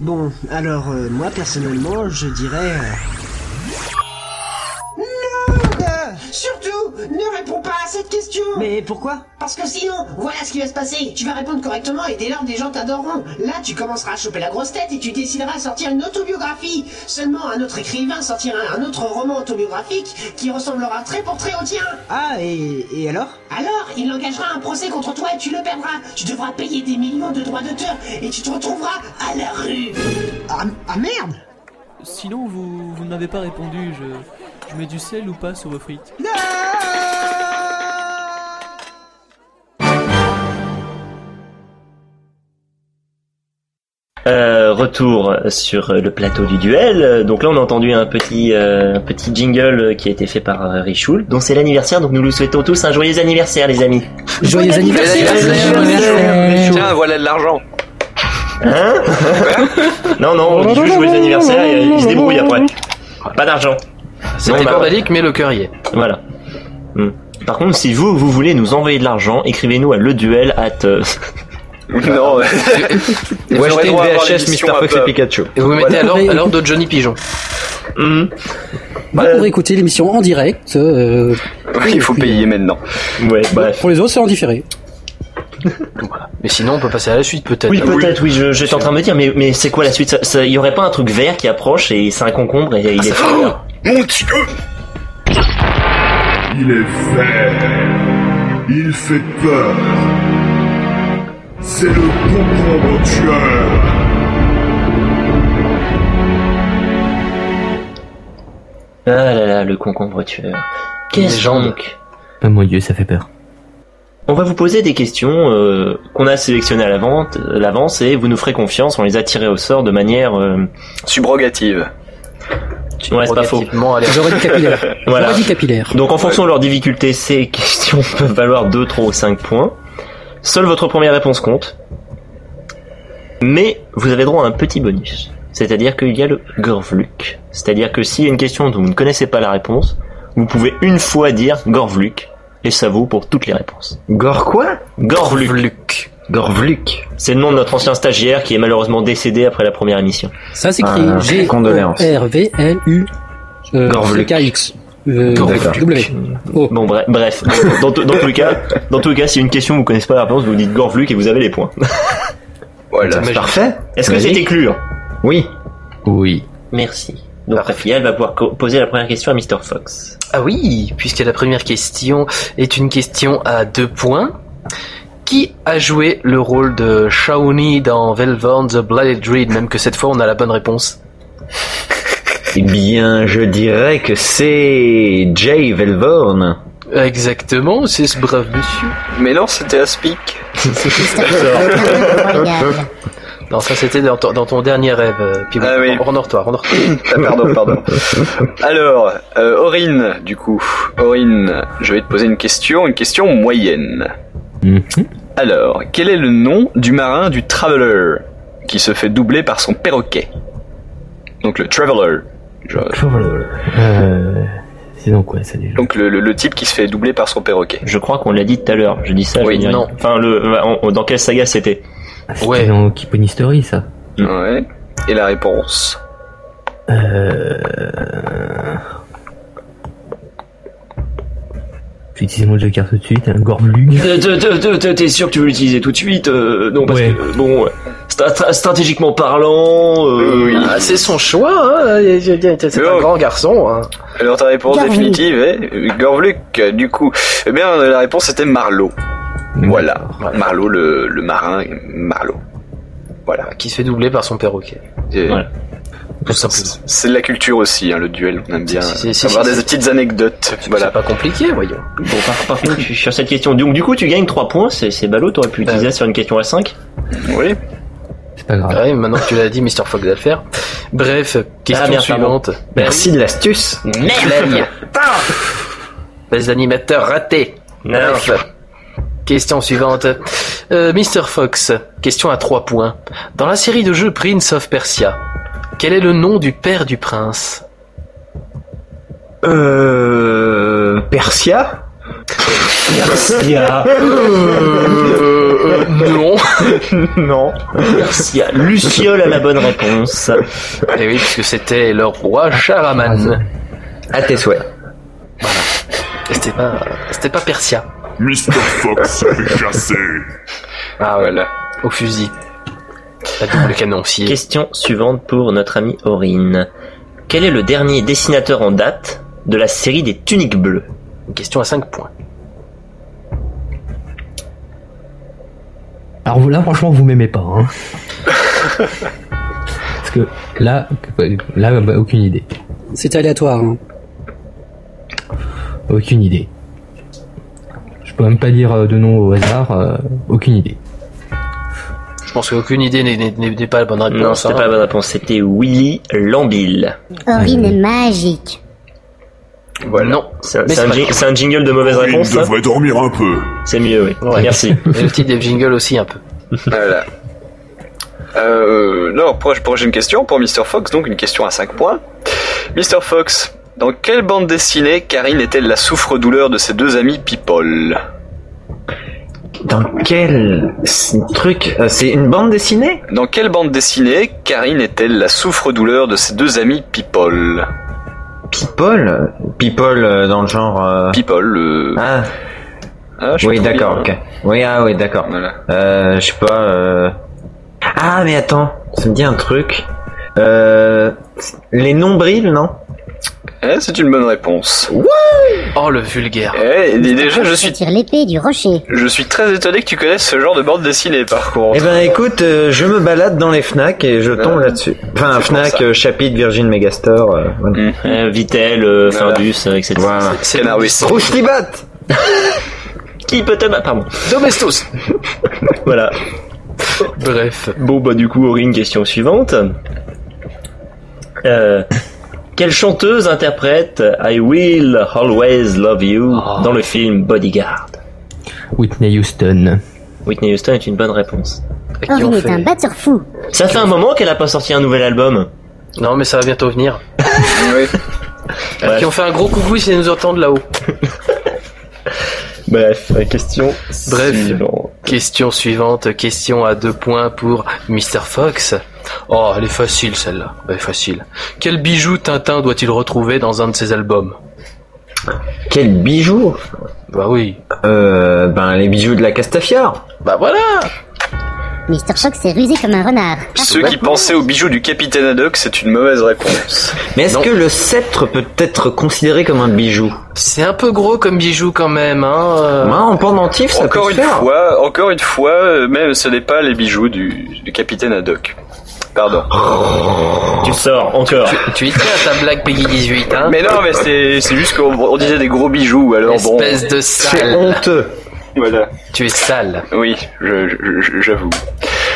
Speaker 19: Bon, alors euh, moi personnellement, je
Speaker 18: Eh
Speaker 19: dirais.
Speaker 20: Merde Surtout, ne réponds pas à cette question
Speaker 19: Mais pourquoi
Speaker 20: Parce que sinon, voilà ce qui va se passer. Tu vas répondre correctement et dès lors, des gens t'adoreront. Là, tu commenceras à choper la grosse tête et tu décideras à sortir une autobiographie. Seulement, un autre écrivain sortira un autre roman autobiographique qui ressemblera très pour trait au tien.
Speaker 19: Ah, et, et alors
Speaker 20: Alors, il engagera un procès contre toi et tu le perdras. Tu devras payer des millions de droits d'auteur et tu te retrouveras à la rue.
Speaker 19: Ah, ah, merde
Speaker 21: Sinon, vous, vous n'avez pas répondu. Je, je mets du sel ou pas sur vos frites
Speaker 3: Euh, retour sur le plateau du duel. Donc là, on a entendu un petit, euh, un petit jingle qui a été fait par euh, Richoul, dont c'est l'anniversaire. Donc nous lui souhaitons tous un joyeux anniversaire, les amis.
Speaker 11: Joyeux anniversaire
Speaker 5: Tiens, voilà de l'argent.
Speaker 3: Hein Non, non, on dit juste joyeux anniversaire et euh, il se débrouille après. Ah, Pas d'argent.
Speaker 2: C'était
Speaker 3: Non, bah,
Speaker 2: bordélique, mais le cœur y est.
Speaker 3: Voilà. Hmm. Par contre, si vous, vous voulez nous envoyer de l'argent, écrivez-nous à leduel at... euh,
Speaker 5: Non, ouais.
Speaker 3: Ou
Speaker 5: acheter une VHS Mr. Fox et
Speaker 3: Pikachu.
Speaker 2: Et vous mettez
Speaker 11: Voilà.
Speaker 2: alors,
Speaker 11: Mais-
Speaker 2: alors de Johnny Pigeon.
Speaker 11: Bah, Pour écouter l'émission en direct, euh,
Speaker 5: Il faut payer maintenant.
Speaker 3: Ouais, bref.
Speaker 11: pour les autres c'est en différé.
Speaker 2: Mais sinon, on peut passer à la suite peut-être.
Speaker 3: Oui, peut-être, oui, je- j'étais en train de me dire, mais, mais c'est quoi la suite Ça- ça- Il y aurait pas un truc vert qui approche et c'est un concombre
Speaker 2: Ah,
Speaker 3: et il est vert.
Speaker 1: Oh, Mon dieu Il est vert. Il fait peur. C'est le concombre tueur.
Speaker 3: Ah là là, le concombre tueur. Qu'est-ce donc
Speaker 7: Ah, mon dieu, ça fait peur.
Speaker 3: On va vous poser des questions euh, qu'on a sélectionnées à l'avance- l'avance et vous nous ferez confiance, on les a tirées au sort de manière... euh,
Speaker 5: Subrogative.
Speaker 3: Ouais, c'est pas faux.
Speaker 11: J'aurais dit capillaire.
Speaker 3: Voilà.
Speaker 11: J'aurais dit capillaire.
Speaker 3: Donc en fonction de leur difficulté, ces questions peuvent valoir 2, 3 ou 5 points. Seule votre première réponse compte. Mais vous avez droit à un petit bonus. C'est-à-dire qu'il y a le Gorvluk. C'est-à-dire que s'il y a une question dont vous ne connaissez pas la réponse, vous pouvez une fois dire Gorvluk. Et ça vaut pour toutes les réponses.
Speaker 6: Gore quoi
Speaker 3: Gorvluk.
Speaker 6: Gorvluk.
Speaker 3: C'est le nom de notre ancien stagiaire qui est malheureusement décédé après la première émission.
Speaker 11: Ça s'écrit
Speaker 3: Ah,
Speaker 11: G E
Speaker 3: condoléances.
Speaker 11: R V L U E
Speaker 3: Gorvluc.
Speaker 11: K X euh,
Speaker 3: D'accord.
Speaker 11: W.
Speaker 5: Oh.
Speaker 3: Bon bref, bref. Dans, dans- dans tous les cas, dans tous les cas, si une question vous connaissez pas la réponse, vous dites Gorvluk et vous avez les points.
Speaker 5: Voilà.
Speaker 3: C'est
Speaker 6: parfait.
Speaker 3: Est-ce que
Speaker 6: Magique.
Speaker 3: c'était clure
Speaker 6: Oui.
Speaker 7: Oui.
Speaker 3: Merci. Donc la filiale va pouvoir co- poser la première question à Mr. Fox.
Speaker 2: Ah oui, puisque la première question est une question à deux points. Qui a joué le rôle de Shawnee dans Velvorn The Blooded Dread, même que cette fois on a la bonne réponse
Speaker 6: Eh bien, je dirais que c'est Jay Velvorn.
Speaker 2: Exactement, c'est ce brave monsieur.
Speaker 5: Mais non, c'était Aspic.
Speaker 2: Non, ça c'était dans, ton- dans ton dernier rêve. euh, Puis
Speaker 5: Ah oui.
Speaker 2: Renors-toi, renors-toi.
Speaker 5: Ah, pardon, pardon. Alors, euh, Aurine, du coup. Aurine, je vais te poser une question, une question moyenne. Alors, quel est le nom du marin du Traveler qui se fait doubler par son perroquet Donc le Traveler. Genre,
Speaker 7: Euh, c'est donc quoi ça déjà
Speaker 5: donc le, le- le type qui se fait doubler par son perroquet.
Speaker 3: Je crois qu'on l'a dit tout à l'heure. Je dis ça.
Speaker 5: Oui,
Speaker 3: je dis rien.
Speaker 5: non.
Speaker 3: Enfin, le, euh, on- on- dans quelle saga c'était
Speaker 7: C'est dans Keep on History ça.
Speaker 5: Ouais. Et la réponse
Speaker 7: Euh... J'ai utilisé mon jeu de cartes tout de suite, hein, un Gorvlug.
Speaker 3: Euh, T'es sûr que tu veux l'utiliser tout de suite Euh, Non,
Speaker 7: parce Ouais.
Speaker 3: bon, stratégiquement parlant. euh,
Speaker 2: Ah, c'est son choix, hein. c'est
Speaker 5: oh.
Speaker 2: un grand garçon. hein.
Speaker 5: Alors ta réponse
Speaker 2: Gorvluk.
Speaker 5: définitive est Gorvluk, du coup. Eh bien, la réponse était Marlowe. Voilà. Marlowe, le, le marin Marlowe. Voilà.
Speaker 2: Qui se fait doubler par son perroquet.
Speaker 5: Et-
Speaker 2: Voilà. Tout simplement.
Speaker 5: C'est de la culture aussi, hein, le duel. On aime bien
Speaker 2: si, si,
Speaker 5: avoir
Speaker 2: si,
Speaker 5: des
Speaker 2: si.
Speaker 5: petites anecdotes. Voilà.
Speaker 2: Pas compliqué, voyons.
Speaker 3: Bon, par, par contre, sur cette question, donc du coup, tu gagnes 3 points. C'est c'est ballot. T'aurais pu utiliser ça sur une question à 5
Speaker 5: Oui.
Speaker 7: C'est pas grave.
Speaker 2: Ouais, maintenant que tu l'as dit, Mr. Fox va le faire. Bref, question
Speaker 3: merde,
Speaker 2: suivante.
Speaker 3: pardon. Merci
Speaker 6: de l'astuce.
Speaker 2: Merde Les animateurs ratés. Bref. Question suivante. Euh, Mr. Fox, question à trois points. Dans la série de jeux Prince of Persia, quel est le nom du père du prince
Speaker 6: Euh... Persia
Speaker 3: Persia.
Speaker 6: Euh,
Speaker 2: euh, non.
Speaker 3: non. Merci à Luciole à la bonne réponse.
Speaker 2: Et Eh oui, puisque c'était le roi Charaman.
Speaker 6: À tes souhaits.
Speaker 2: Voilà. C'était pas, c'était pas Persia.
Speaker 1: Mr. Fox se fait chasser.
Speaker 2: Ah voilà. Au fusil. La double canon aussi.
Speaker 3: Question suivante pour notre ami Aurine. Quel est le dernier dessinateur en date de la série des tuniques bleues
Speaker 2: Une question à 5 points.
Speaker 7: Alors là, franchement, vous m'aimez pas. Hein. Parce que là, là, bah, aucune idée.
Speaker 11: C'est aléatoire. hein.
Speaker 7: Aucune idée. Je peux même pas dire euh, de nom au hasard. euh, aucune idée.
Speaker 2: Je pense qu'aucune idée n'est- n'est n'est- n'est pas la bonne réponse.
Speaker 3: Non, c'était
Speaker 2: hein.
Speaker 3: pas la bonne réponse. C'était Willy Lambil.
Speaker 12: Aurine magique.
Speaker 2: Non.
Speaker 3: C'est un,
Speaker 2: Mais
Speaker 3: c'est
Speaker 2: c'est
Speaker 3: un
Speaker 2: pas
Speaker 3: jing-
Speaker 2: grave.
Speaker 3: c'est un jingle de mauvaise
Speaker 2: Aurine
Speaker 3: réponse. ça
Speaker 2: devrait
Speaker 1: dormir un peu.
Speaker 3: C'est mieux, oui.
Speaker 2: Ouais.
Speaker 3: Merci.
Speaker 2: Et le petit Dave Jingle aussi un peu.
Speaker 5: Voilà. Euh, alors, proche- prochaine question pour Mr. Fox, donc une question à 5 points. Mr. Fox, dans quelle bande dessinée Karine est-elle la souffre-douleur de ses deux amis People
Speaker 6: Dans quel s- truc Euh, C'est une bande dessinée
Speaker 5: Dans quelle bande dessinée Karine est-elle la souffre-douleur de ses deux amis People
Speaker 6: People People euh, dans le genre. euh,
Speaker 5: People, euh,
Speaker 6: Ah,
Speaker 5: ah, je sais
Speaker 6: oui,
Speaker 5: pas trop
Speaker 6: d'accord,
Speaker 5: dire.
Speaker 6: ok. Oui, ah, oui, d'accord. Euh, je sais pas. euh, Ah, mais attends, ça me dit un truc. Euh... Les nombrils, non
Speaker 5: Eh, c'est une bonne réponse.
Speaker 2: Oh le vulgaire.
Speaker 5: Eh, et déjà, je suis,
Speaker 12: Sur l'épée du rocher.
Speaker 5: je suis très étonné que tu connaisses ce genre de bande dessinée, par contre.
Speaker 6: Eh ben écoute, euh, je me balade dans les Fnac et je
Speaker 2: Euh,
Speaker 6: tombe là-dessus. Enfin, Fnac, euh, chapitre Virgin Megastore. euh, voilà.
Speaker 2: Mm.
Speaker 3: Euh, Vitel, euh, Findus, euh, etc.
Speaker 5: C'est la
Speaker 6: Rouge qui bat
Speaker 3: Qui peut te battre Pardon.
Speaker 2: Domestos
Speaker 3: Voilà.
Speaker 2: Bref.
Speaker 3: Bon, bah, du coup, Aurine, question suivante. Euh, quelle chanteuse interprète I Will Always Love You
Speaker 2: Oh.
Speaker 3: dans le film Bodyguard
Speaker 7: Whitney Houston.
Speaker 3: Whitney Houston est une bonne réponse.
Speaker 12: Aurine est Ah, un batteur fou.
Speaker 3: Ça fait un moment qu'elle a pas sorti un nouvel album.
Speaker 2: Non, mais ça va bientôt venir.
Speaker 5: oui.
Speaker 2: Qui ont fait un gros coucou si elles nous entendent là-haut.
Speaker 3: Bref, question
Speaker 2: Bref,
Speaker 3: suivante.
Speaker 2: question suivante, question à deux points pour Mr. Fox. Oh, elle est facile celle-là, elle est facile. Quel bijou Tintin doit-il retrouver dans un de ses albums
Speaker 6: Quel bijou
Speaker 2: Bah oui.
Speaker 6: Euh, ben les bijoux de la Castafiore.
Speaker 2: Bah voilà
Speaker 12: Mr. Fox s'est rusé comme un renard.
Speaker 6: Eh ben,
Speaker 5: Ceux qui pensaient aux bijoux du capitaine Haddock, c'est une mauvaise réponse.
Speaker 6: Mais est-ce que le sceptre peut être considéré comme un bijou
Speaker 2: C'est un peu gros comme bijou quand même, hein euh.
Speaker 6: Moi, en pendentif, ça
Speaker 5: Encore
Speaker 6: Bah, peut se
Speaker 5: une
Speaker 6: faire.
Speaker 5: fois, encore une fois, euh, même ce n'est pas les bijoux du, du capitaine Haddock. Pardon.
Speaker 3: Tu sors encore.
Speaker 2: Tu y tiens à ta blague Peggy 18, hein
Speaker 5: Mais non, mais c'est c'est juste qu'on on disait des gros bijoux, alors bon.
Speaker 2: Espèce de sale.
Speaker 6: honteux.
Speaker 5: Voilà.
Speaker 2: Tu es sale.
Speaker 5: Oui, je- je- je- j'avoue.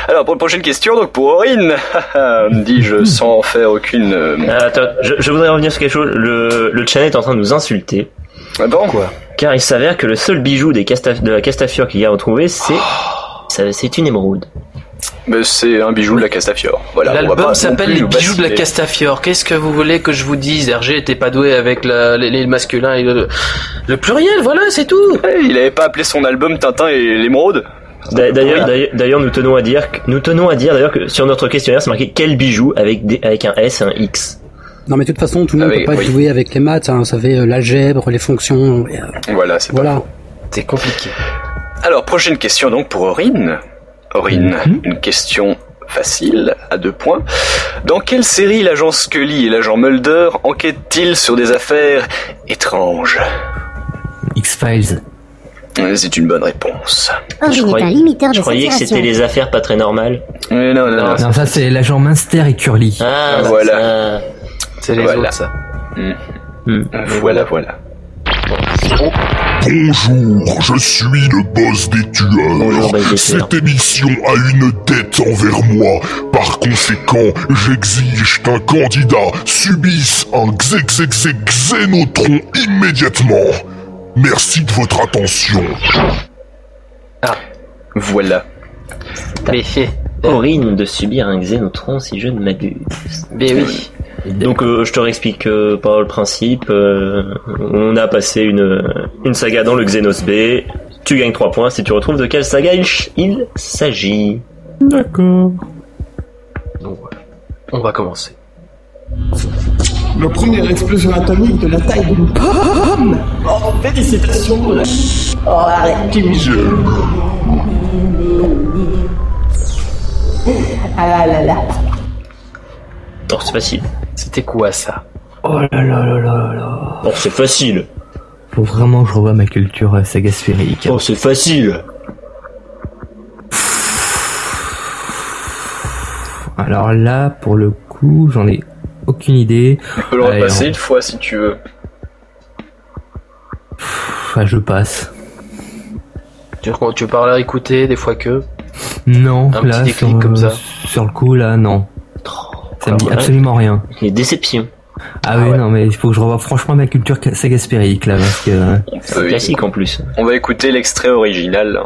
Speaker 5: Alors pour la prochaine question, donc pour Aurine, dis-je sans faire aucune. euh,
Speaker 3: Euh, attends, je, je voudrais revenir sur quelque chose. Le, le channel est en train de nous insulter.
Speaker 5: Ah bon Quoi
Speaker 3: Car il s'avère que le seul bijou des casta- de la Castafiore qu'il y a retrouvé, c'est.
Speaker 2: Oh.
Speaker 3: ça- C'est une émeraude.
Speaker 5: mais c'est un bijou de la Castafiore. Voilà. Ah, on va pas non
Speaker 2: L'album s'appelle
Speaker 5: plus
Speaker 2: Les
Speaker 5: nous
Speaker 2: bijoux de la
Speaker 5: bassiner.
Speaker 2: Castafiore. Qu'est-ce que vous voulez que je vous dise Hergé était pas doué avec la- les, les masculins et le, le pluriel, voilà, c'est tout
Speaker 5: Eh, il avait pas appelé son album Tintin et l'émeraude.
Speaker 3: D'a- D'ailleurs, d'ailleurs- d'ailleurs, nous tenons à dire, que- nous tenons à dire d'ailleurs que sur notre questionnaire, c'est marqué quel bijou avec des, avec un S et un X.
Speaker 11: Non, mais de toute façon, tout le monde
Speaker 3: Ah oui,
Speaker 11: peut pas
Speaker 3: oui.
Speaker 11: être doué avec les maths. hein. Vous savez, euh, l'algèbre, les fonctions. euh,
Speaker 5: Voilà, c'est
Speaker 11: voilà.
Speaker 2: C'est compliqué.
Speaker 5: Alors, prochaine question donc pour Aurine. Aurine, une question facile, à deux points. Dans quelle série l'agent Scully et l'agent Mulder enquêtent-ils sur des affaires étranges
Speaker 7: X-Files.
Speaker 5: Euh, C'est une bonne réponse.
Speaker 12: Aurine est un limiteur de
Speaker 3: Je croyais que
Speaker 12: saturation.
Speaker 3: c'était les affaires pas très normales.
Speaker 5: non, non,
Speaker 7: Non, ça c'est l'agent Minster et Curly.
Speaker 3: Ah, voilà.
Speaker 2: C'est
Speaker 3: les Hmm.
Speaker 2: autres, ça.
Speaker 5: Hmm. Voilà, voilà.
Speaker 1: Bonjour, je suis le boss des tueurs. Cette émission a une dette envers moi. Par conséquent, j'exige qu'un candidat subisse un xexexé xénotron immédiatement. Merci de votre attention. Ah,
Speaker 5: Voilà.
Speaker 3: Horrible de subir un xénotron si je ne m'abuse.
Speaker 2: Mais oui.
Speaker 3: Donc euh, je te réexplique euh, par le principe. euh, on a passé une, une saga dans le Xenos B. Tu gagnes 3 points si tu retrouves de quelle saga il, il s'agit.
Speaker 7: D'accord.
Speaker 2: Donc, on va commencer.
Speaker 19: La première explosion atomique de la taille d'une pomme Oh, félicitations Oh, arrête, Kim Jong Ah là là là
Speaker 3: Oh, c'est facile.
Speaker 2: C'était quoi ça
Speaker 7: Oh là là là là là.
Speaker 3: Oh, c'est facile.
Speaker 7: Faut vraiment que je revoie ma culture euh, saga sphérique.
Speaker 3: Oh, c'est facile.
Speaker 7: Alors là, pour le coup, j'en ai aucune idée.
Speaker 5: Tu peux le
Speaker 7: Allez,
Speaker 5: repasser
Speaker 7: on-
Speaker 5: une fois si tu veux.
Speaker 7: Enfin, je passe.
Speaker 2: Tu, tu parles à écouter des fois que.
Speaker 7: Non,
Speaker 2: Un
Speaker 7: là,
Speaker 2: petit
Speaker 7: sur, euh,
Speaker 2: déclic comme ça.
Speaker 7: sur le coup, là, non. Ça me dit
Speaker 3: voilà.
Speaker 7: absolument rien.
Speaker 3: Ah, Les déceptions.
Speaker 7: Ah, oui, non, mais il faut que je revoie franchement ma culture ca- saga sphérique, là, parce que... euh,
Speaker 3: C'est classique en plus. Ah,
Speaker 5: On va écouter l'extrait original.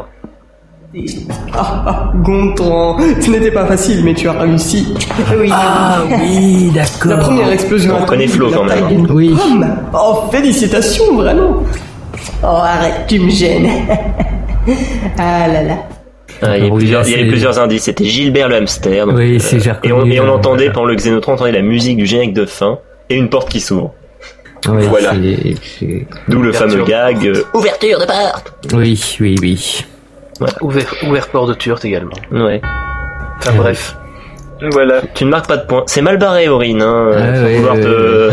Speaker 19: Ah, ah, Gontran, ce n'était pas facile, mais tu as réussi. Oui.
Speaker 7: Ah oui, d'accord.
Speaker 19: La première explosion
Speaker 3: On connaît
Speaker 19: atomique
Speaker 3: Flo
Speaker 19: de
Speaker 3: quand
Speaker 19: la
Speaker 3: même,
Speaker 19: taille
Speaker 3: hein.
Speaker 19: d'une
Speaker 7: Oui.
Speaker 19: pomme. Oh, félicitations, vraiment. Oh, arrête, tu me gênes. ah là là.
Speaker 3: Ah, il y, a
Speaker 7: Oui,
Speaker 3: plusieurs-
Speaker 7: là,
Speaker 3: il y avait
Speaker 7: c'est-
Speaker 3: plusieurs indices. C'était Gilbert le hamster. donc,
Speaker 7: Oui, c'est- j'ai
Speaker 3: et on,
Speaker 7: reconnu,
Speaker 3: et on
Speaker 7: euh,
Speaker 3: entendait,
Speaker 7: voilà.
Speaker 3: pendant le Xénotron, on entendait la musique du générique de fin et une porte qui s'ouvre.
Speaker 7: ouais,
Speaker 3: Voilà.
Speaker 7: c'est- c'est-
Speaker 3: D'où le fameux gag. euh,
Speaker 15: Ouverture de part
Speaker 7: Oui, oui, oui.
Speaker 2: Ouvert, ouvert port de Turte également.
Speaker 3: Ouais. Euh,
Speaker 2: Enfin bref.
Speaker 5: Voilà.
Speaker 3: Tu ne marques pas de points. C'est mal barré, Aurine. Hein,
Speaker 7: Ah,
Speaker 3: Faut
Speaker 7: ouais,
Speaker 3: vouloir
Speaker 7: ouais,
Speaker 3: te-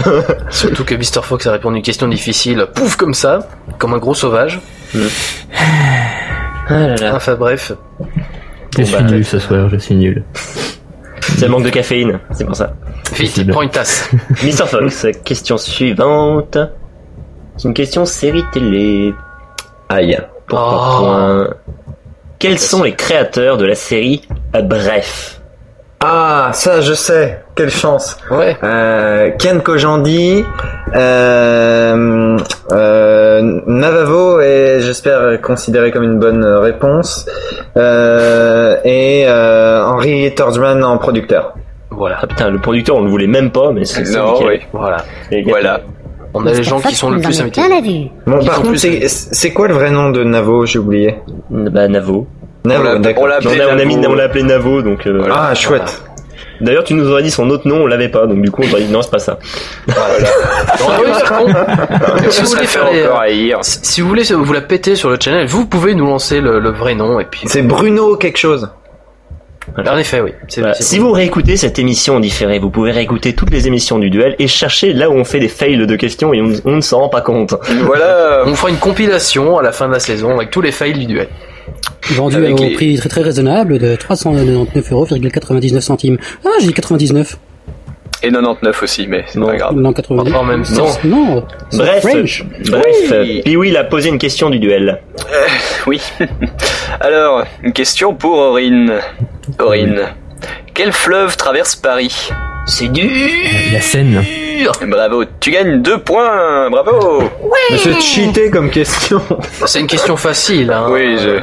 Speaker 2: Surtout que Mr. Fox a répondu à une question difficile, pouf comme ça, comme un gros sauvage.
Speaker 3: Ah là là.
Speaker 2: Enfin bref.
Speaker 7: Je
Speaker 3: bah,
Speaker 7: suis nul ce soir, je suis nul.
Speaker 3: C'est le manque de caféine. C'est pour ça.
Speaker 2: Vite,
Speaker 7: Possible.
Speaker 2: prends une tasse.
Speaker 3: Mr. Fox, question suivante. C'est une question série télé. Aïe. Pour trois
Speaker 2: Oh.
Speaker 3: points. Quels sont les créateurs de la série Euh, Bref
Speaker 6: Ah, ça je sais. Quelle chance.
Speaker 2: Ouais.
Speaker 6: Euh, Ken Kojandi, euh, euh, Navavo est, j'espère, considéré comme une bonne réponse. Euh, et euh, Henry Torgman en producteur.
Speaker 2: Voilà.
Speaker 3: Ah putain, le producteur, on le voulait même pas, mais c'est c'est
Speaker 5: Non,
Speaker 3: nickel.
Speaker 5: oui.
Speaker 2: Voilà.
Speaker 3: Les gars,
Speaker 5: Voilà.
Speaker 2: On a Bah, les gens qui sont le plus invités.
Speaker 12: Bien la vue.
Speaker 6: Bon,
Speaker 2: Ils
Speaker 6: par
Speaker 2: sont
Speaker 6: contre,
Speaker 2: plus-
Speaker 6: c'est- c'est quoi le vrai nom de Navo J'ai oublié.
Speaker 3: Bah, Navo.
Speaker 5: On l'a-
Speaker 6: Navo,
Speaker 5: on
Speaker 6: d'accord.
Speaker 5: l'a
Speaker 3: On
Speaker 5: appelé
Speaker 3: a, on a mis-
Speaker 5: Navo.
Speaker 3: on l'a appelé Navo, donc. euh,
Speaker 6: Ah, chouette.
Speaker 3: D'ailleurs, tu nous aurais dit son autre nom, on l'avait pas, donc du coup, on t'aurait dit non, c'est pas ça.
Speaker 2: Ah oui, c'est con. Ah, si
Speaker 5: Ce
Speaker 2: vous
Speaker 5: serait
Speaker 2: voulez faire
Speaker 5: faire
Speaker 2: les-
Speaker 5: encore à hier.
Speaker 2: Si vous voulez vous la péter sur le channel, vous pouvez nous lancer le, le vrai nom et puis.
Speaker 6: C'est Bruno quelque chose.
Speaker 2: En effet, oui. C'est-
Speaker 3: Voilà.
Speaker 2: c'est-
Speaker 3: Si vous réécoutez cette émission en différé, vous pouvez réécouter toutes les émissions du duel et chercher là où on fait des fails de questions et on, on ne s'en rend pas compte.
Speaker 5: Voilà.
Speaker 2: On fera une compilation à la fin de la saison avec tous les fails du duel.
Speaker 11: Vendu
Speaker 5: Avec
Speaker 11: au
Speaker 5: les-
Speaker 11: prix très très raisonnable de 399,99 centimes. Ah, j'ai dit 99.
Speaker 5: Et 99 aussi, mais c'est
Speaker 3: Non.
Speaker 5: pas grave.
Speaker 11: Non, 99.
Speaker 2: En même temps.
Speaker 11: Non. c'est
Speaker 3: Bref,
Speaker 11: French.
Speaker 3: bref, euh, Pee-wee il a posé une question du duel.
Speaker 5: Euh, Oui. Alors, une question pour Aurine. Aurine. Quel fleuve traverse Paris
Speaker 15: C'est dur
Speaker 7: La scène.
Speaker 5: Bravo, tu gagnes 2 points, bravo
Speaker 6: Mais
Speaker 5: Mmh.
Speaker 6: c'est cheaté comme question.
Speaker 2: C'est une question facile. Hein.
Speaker 5: Oui, je...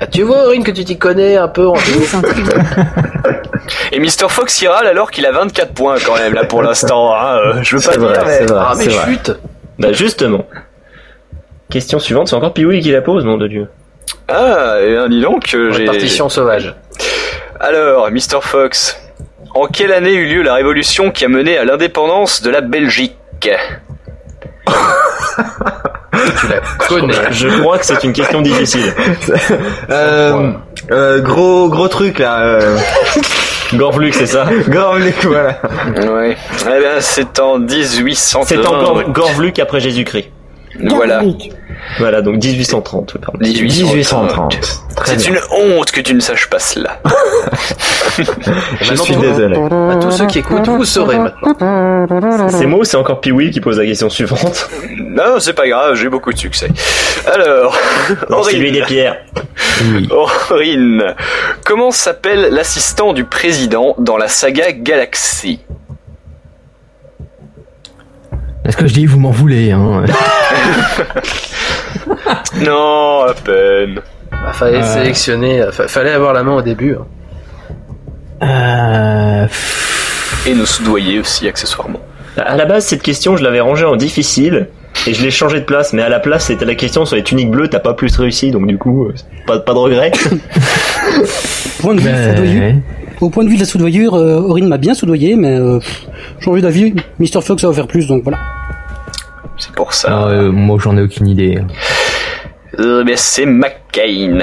Speaker 2: Ah, Tu vois, Aurine, que tu t'y connais un peu en
Speaker 5: Et Mr. Fox y râle alors qu'il a 24 points quand même, là, pour l'instant. hein, euh, je veux pas
Speaker 6: C'est
Speaker 5: dire,
Speaker 6: vrai,
Speaker 5: mais-
Speaker 6: c'est vrai,
Speaker 2: Ah, mais
Speaker 6: c'est vrai.
Speaker 2: chut
Speaker 3: Bah justement. Question suivante, c'est encore Pee-wee qui la pose, nom de Dieu.
Speaker 5: Ah, eh bien, dis donc, euh, j'ai...
Speaker 2: Répartition sauvage.
Speaker 5: Alors, Mr. Fox, en quelle année eut lieu la révolution qui a mené à l'indépendance de la Belgique
Speaker 2: Tu la connais.
Speaker 3: Je crois que c'est une question difficile.
Speaker 6: Euh, euh, gros gros truc là. Euh,
Speaker 3: Gorflux, c'est ça
Speaker 6: Gormley, voilà.
Speaker 5: Ouais. Eh bien, c'est en 1800.
Speaker 3: C'est encore Gorflux après Jésus-Christ.
Speaker 5: Voilà.
Speaker 3: Voilà, donc 1830. oui, pardon.
Speaker 5: 1830. C'est une honte que tu ne saches pas cela.
Speaker 6: Je suis désolé.
Speaker 2: À tous ceux qui écoutent, vous saurez maintenant.
Speaker 3: C'est moi ou c'est encore Pee-wee qui pose la question suivante
Speaker 5: Non, c'est pas grave, j'ai eu beaucoup de succès. Alors,
Speaker 3: Non, C'est lui
Speaker 5: Aurine,
Speaker 3: des pierres.
Speaker 5: Aurine, comment s'appelle l'assistant du président dans la saga Galaxy
Speaker 7: Est-ce que je dis vous m'en voulez, hein
Speaker 5: Non, à peine.
Speaker 2: Bah, fallait
Speaker 7: Euh.
Speaker 2: sélectionner, euh, fa- fallait avoir la main au début. hein.
Speaker 7: euh... pff,
Speaker 5: Et nous soudoyer aussi, accessoirement.
Speaker 3: À la base, cette question, je l'avais rangée en difficile. Et je l'ai changé de place, mais à la place, c'était la question sur les tuniques bleues, t'as pas plus réussi, donc du coup, euh, pas, pas de regret.
Speaker 11: Point de vue
Speaker 3: Ben,
Speaker 11: soudoyeux.
Speaker 3: ouais.
Speaker 11: Au point de vue de la soudoyure, euh, Aurine m'a bien soudoyé, mais euh, j'ai envie d'avis. Mr. Fox a offert plus, donc voilà.
Speaker 5: C'est pour ça.
Speaker 7: Ah, euh, moi, j'en ai aucune idée.
Speaker 5: Euh, mais c'est McCain.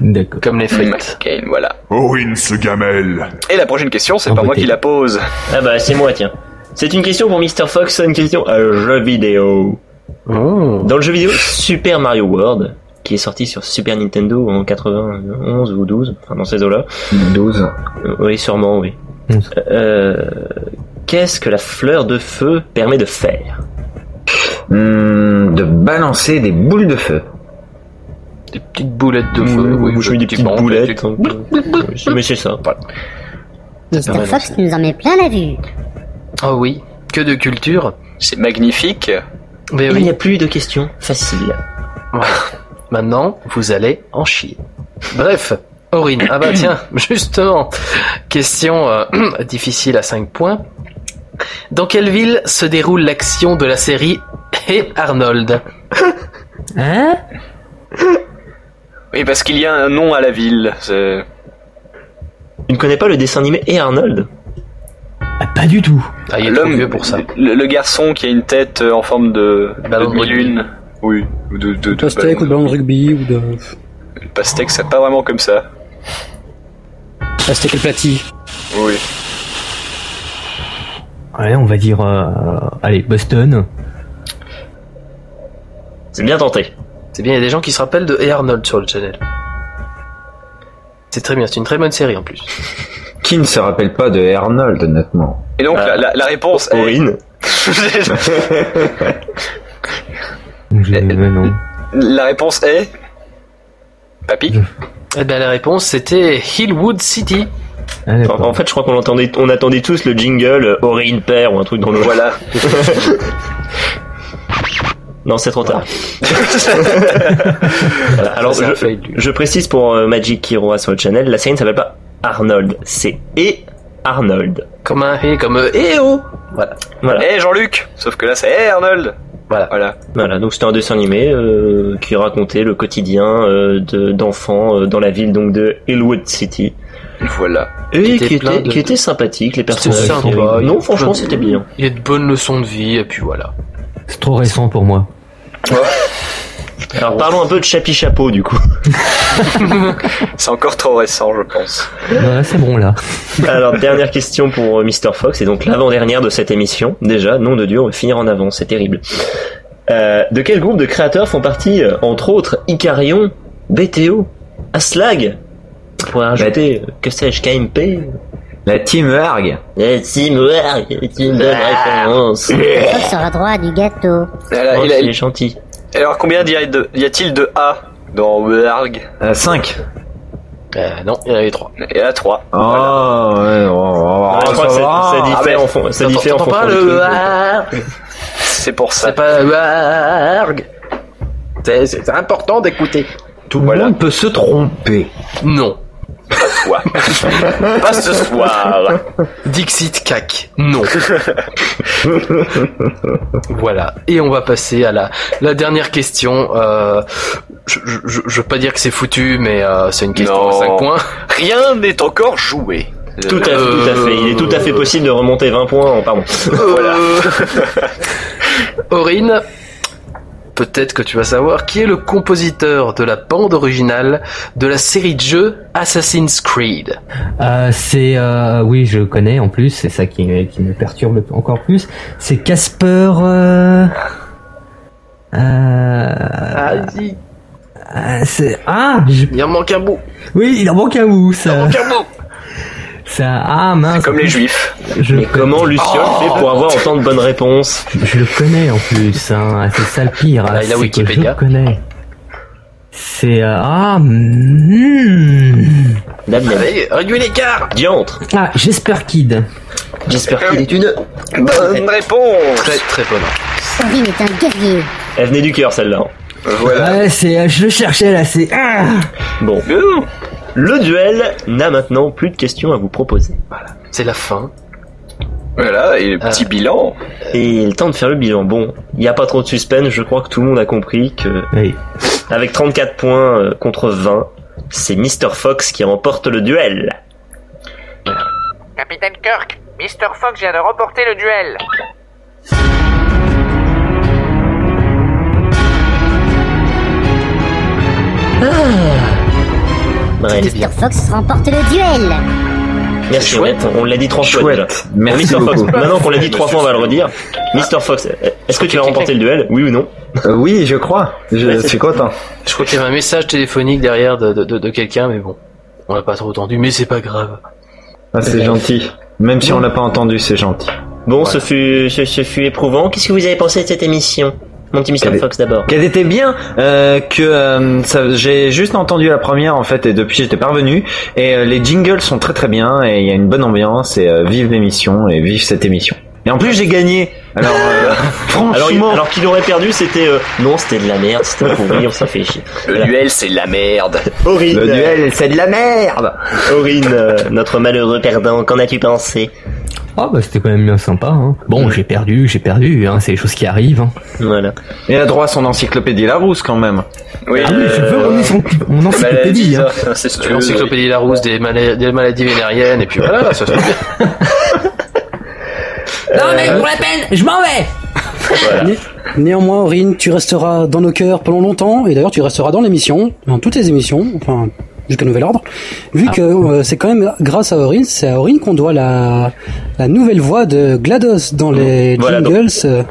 Speaker 7: D'accord.
Speaker 5: Comme les frites. McCain, voilà.
Speaker 1: Orin se gamelle.
Speaker 5: Et la prochaine question, c'est pas moi qui la pose.
Speaker 3: Ah bah c'est moi tiens. C'est une question pour Mr. Fox, une question à jeu vidéo.
Speaker 7: Oh.
Speaker 3: Dans le jeu vidéo Super Mario World, qui est sorti sur Super Nintendo en 91 ou 12, enfin dans ces eaux-là.
Speaker 6: 12.
Speaker 3: Oui, sûrement, oui. Euh, Qu'est-ce que la fleur de feu permet de faire
Speaker 6: Hmm, de balancer des boules de feu.
Speaker 2: Des petites boulettes
Speaker 3: de feu, oui, Mmh, je mets des petites boulettes. hein. Mais c'est ça.
Speaker 5: Ah,
Speaker 12: Mr.
Speaker 5: ouais,
Speaker 12: Fox nous en met plein la vue.
Speaker 5: Ah
Speaker 2: Oh oui, que de culture.
Speaker 5: C'est magnifique.
Speaker 3: Il n'y a plus de questions faciles.
Speaker 2: Maintenant, vous allez en chier. Bref, Aurine, ah bah tiens, justement, question euh, difficile à 5 points. Dans quelle ville se déroule l'action de la série et Arnold
Speaker 7: Hein
Speaker 5: Oui, parce qu'il y a un nom à la ville. c'est-
Speaker 3: Tu ne connais pas le dessin animé et Arnold
Speaker 7: Ah, Pas du tout.
Speaker 5: L'homme pour ça. Le, le garçon qui a une tête euh, en forme de
Speaker 2: Ballon de
Speaker 5: de lune. Oui, ou de, de, de
Speaker 11: Pastèque ou de ballon de rugby ou de.
Speaker 5: ballon. Le pastèque, c'est pas vraiment comme ça.
Speaker 11: Pastèque et platy.
Speaker 5: Oui.
Speaker 7: Ouais, on va dire, euh, allez, Boston.
Speaker 3: C'est bien tenté.
Speaker 2: C'est bien, il y a des gens qui se rappellent de Hey Arnold sur le channel. C'est très bien, c'est une très bonne série en plus.
Speaker 6: Qui ne se rappelle pas de Arnold, honnêtement
Speaker 5: Et donc, la, la- la réponse est.
Speaker 6: Euh,
Speaker 7: Je- non.
Speaker 5: la réponse est. Papy
Speaker 2: Eh ben la réponse c'était Hillwood City.
Speaker 3: En, en fait, je crois qu'on entendait, on attendait tous le jingle euh, Orine Père ou un truc dans le
Speaker 5: Voilà.
Speaker 3: non, c'est trop tard. Voilà. Alors,
Speaker 2: Ça, c'est un
Speaker 3: je,
Speaker 2: fail, lui.
Speaker 3: je précise pour euh, Magic Hero sur le channel, la série ne s'appelle pas Arnold, c'est et Arnold.
Speaker 2: Comme un et comme euh, eh oh Voilà.
Speaker 3: Voilà.
Speaker 5: Eh Jean-Luc Sauf que là, c'est Eh Arnold
Speaker 2: Voilà.
Speaker 5: Voilà.
Speaker 3: Voilà, donc c'était un dessin animé euh, qui racontait le quotidien euh, de- d'enfants euh, dans la ville donc de Hillwood City.
Speaker 5: Voilà.
Speaker 3: Et qui était,
Speaker 2: était plein de-
Speaker 3: qui était sympathique, les
Speaker 2: C'était
Speaker 3: personnages.
Speaker 2: sympa,
Speaker 3: Il y avait-
Speaker 2: il y a
Speaker 3: Non,
Speaker 2: plein
Speaker 3: franchement,
Speaker 2: de-
Speaker 3: c'était bien.
Speaker 2: Il y a de bonnes leçons de vie et puis voilà.
Speaker 7: C'est trop récent pour moi.
Speaker 3: Alors parlons un peu de Chapi Chapeau du coup.
Speaker 5: C'est encore trop récent, je pense.
Speaker 7: Ouais, c'est bon là.
Speaker 3: Alors, dernière question pour euh, Mr. Fox, et donc l'avant-dernière de cette émission. Déjà, nom de Dieu, on va finir en avant, c'est terrible. Euh, de quel groupe de créateurs font partie, euh, entre autres, Icarion, BTO, Aslag On pourrait rajouter, euh, que sais-je, KMP
Speaker 6: Bah, La Team Arg.
Speaker 3: La Team Warg, est une bonne référence.
Speaker 12: Mr.
Speaker 6: Ah.
Speaker 12: Fox aura droit du gâteau.
Speaker 5: Alors, Ah,
Speaker 2: Oh,
Speaker 5: il a-
Speaker 3: Eh. il est gentil.
Speaker 5: Alors, combien d'y a- de- y a-t-il de A dans Berg
Speaker 6: euh, 5.
Speaker 2: Euh, non, il y en avait 3.
Speaker 5: Et à 3.
Speaker 6: Oh, ouais, oh,
Speaker 3: Ah, je crois
Speaker 6: oh, ça
Speaker 3: que
Speaker 6: va.
Speaker 3: ça- ça diffère
Speaker 6: Ah, mais-
Speaker 3: en fond- ça
Speaker 6: Attends,
Speaker 3: diffère en
Speaker 6: t'entends
Speaker 3: fonction
Speaker 6: pas
Speaker 3: du
Speaker 6: le-
Speaker 3: truc.
Speaker 5: C'est pour ça.
Speaker 2: C'est pas Warg. C'est- C'est c'est important d'écouter.
Speaker 6: Tout le monde peut se tromper.
Speaker 2: Non.
Speaker 5: Toi. pas ce soir.
Speaker 2: Dixit cac. Non. voilà. Et on va passer à la, la dernière question. Euh, je, je, je- je veux pas dire que c'est foutu, mais euh, c'est une question
Speaker 5: Non.
Speaker 2: à 5 points.
Speaker 5: Rien n'est encore joué.
Speaker 3: Tout à fait, tout à fait. Il est tout à fait possible de remonter 20 points. en- Pardon.
Speaker 5: Voilà.
Speaker 2: Euh, Aurine, peut-être que tu vas savoir qui est le compositeur de la bande originale de la série de jeux Assassin's Creed.
Speaker 7: Euh, c'est euh, oui, je connais en plus, c'est ça qui, qui me perturbe encore plus. C'est Casper. Euh, euh,
Speaker 2: Ah, Vas-y.
Speaker 7: euh, c'est ah, je-
Speaker 2: Il en manque un bout.
Speaker 7: oui, il en manque un bout ça.
Speaker 2: Un bout.
Speaker 7: ça ah mince.
Speaker 5: Comme les juifs. Oh.
Speaker 7: Je,
Speaker 3: Mais comment Luciole fait pour avoir autant de bonnes réponses
Speaker 7: je le connais en plus. Hein. C'est ça le pire.
Speaker 2: Voilà,
Speaker 7: hein,
Speaker 2: Bah, il a
Speaker 7: c'est que Je
Speaker 2: Wikipédia.
Speaker 7: le connais. C'est euh, ah. hmm.
Speaker 2: Allez, réduis l'écart.
Speaker 3: Diantre.
Speaker 7: Ah, Jasper Kid.
Speaker 3: J'espère qu'il est une
Speaker 5: Bonne réponse.
Speaker 2: Très très bonne.
Speaker 12: Sandrine est un guerrier.
Speaker 3: Elle venait du cœur celle-là.
Speaker 5: Voilà.
Speaker 7: Ouais, c'est euh, je le cherchais là, c'est ah.
Speaker 3: Bon. Le duel n'a maintenant plus de questions à vous proposer.
Speaker 2: C'est la fin.
Speaker 5: Voilà, et le
Speaker 2: Euh,
Speaker 5: petit bilan.
Speaker 3: Et le temps de faire le bilan. Bon, il n'y a pas trop de suspense, je crois que tout le monde a compris que... Avec 34 points euh, contre 20, c'est Mr. Fox qui remporte le duel.
Speaker 9: Capitaine Kirk, Mr. Fox vient de remporter le duel.
Speaker 3: Ouais, elle est
Speaker 12: Mr. Fox remporte le duel.
Speaker 3: Merci, Annette. on l'a dit trois fois
Speaker 6: Chouette.
Speaker 3: déjà.
Speaker 6: Merci
Speaker 3: Mr. Fox,
Speaker 6: beaucoup.
Speaker 3: maintenant qu'on l'a dit trois fois, on va le redire.
Speaker 6: Ah.
Speaker 3: Mr. Fox, est-ce que tu as remporté le duel Oui ou non
Speaker 6: Euh,
Speaker 3: Bah,
Speaker 6: Oui, je crois. Je suis content.
Speaker 2: Bah, Je crois qu'il y avait un message téléphonique derrière de, de, de, de quelqu'un, mais bon, on l'a pas trop entendu, mais c'est pas grave.
Speaker 6: Ah, c'est gentil. Même si on l'a pas entendu, c'est gentil.
Speaker 3: Bon, ce, fut, ce, ce fut éprouvant. Qu'est-ce que vous avez pensé de cette émission Mon petit Mr.
Speaker 6: Qu'elle est-
Speaker 3: Fox d'abord.
Speaker 6: Qu'elle était bien, euh, que euh, ça- j'ai juste entendu la première en fait et depuis j'étais pas revenu. Et euh, les jingles sont très très bien et il y a une bonne ambiance et euh, vive l'émission et vive cette émission. Et en plus j'ai gagné. Alors euh, franchement,
Speaker 3: Alors, il- alors qu'il aurait perdu, c'était euh, non, c'était de la merde, c'était pourri, on s'en fait chier.
Speaker 5: Le duel, c'est de la merde.
Speaker 3: Aurine,
Speaker 6: Le duel, c'est de la merde.
Speaker 3: Aurine, euh, notre malheureux perdant, qu'en as-tu pensé
Speaker 7: Ah bah c'était quand même bien sympa. Hein. Bon, j'ai perdu, j'ai perdu. Hein, c'est les choses qui arrivent. Hein.
Speaker 3: Voilà.
Speaker 6: Et elle a droit à son encyclopédie Larousse quand même.
Speaker 5: Oui, euh, bah,
Speaker 7: Ah oui, je veux ramener son, mon encyclopédie. Hein.
Speaker 5: C'est
Speaker 2: L'encyclopédie Larousse des, mala- des maladies vénériennes, et puis voilà, ça se fait bien.
Speaker 9: Non, mais pour la peine, je m'en vais.
Speaker 11: Né- néanmoins, Aurine, tu resteras dans nos cœurs pendant longtemps, et d'ailleurs tu resteras dans l'émission, dans toutes les émissions, enfin jusqu'à nouvel ordre,
Speaker 5: Ah.
Speaker 11: vu que euh, c'est quand même grâce à Aurine, c'est à Aurine qu'on doit la, la nouvelle voix de GLaDOS dans les
Speaker 3: Voilà, donc-
Speaker 11: jingles euh,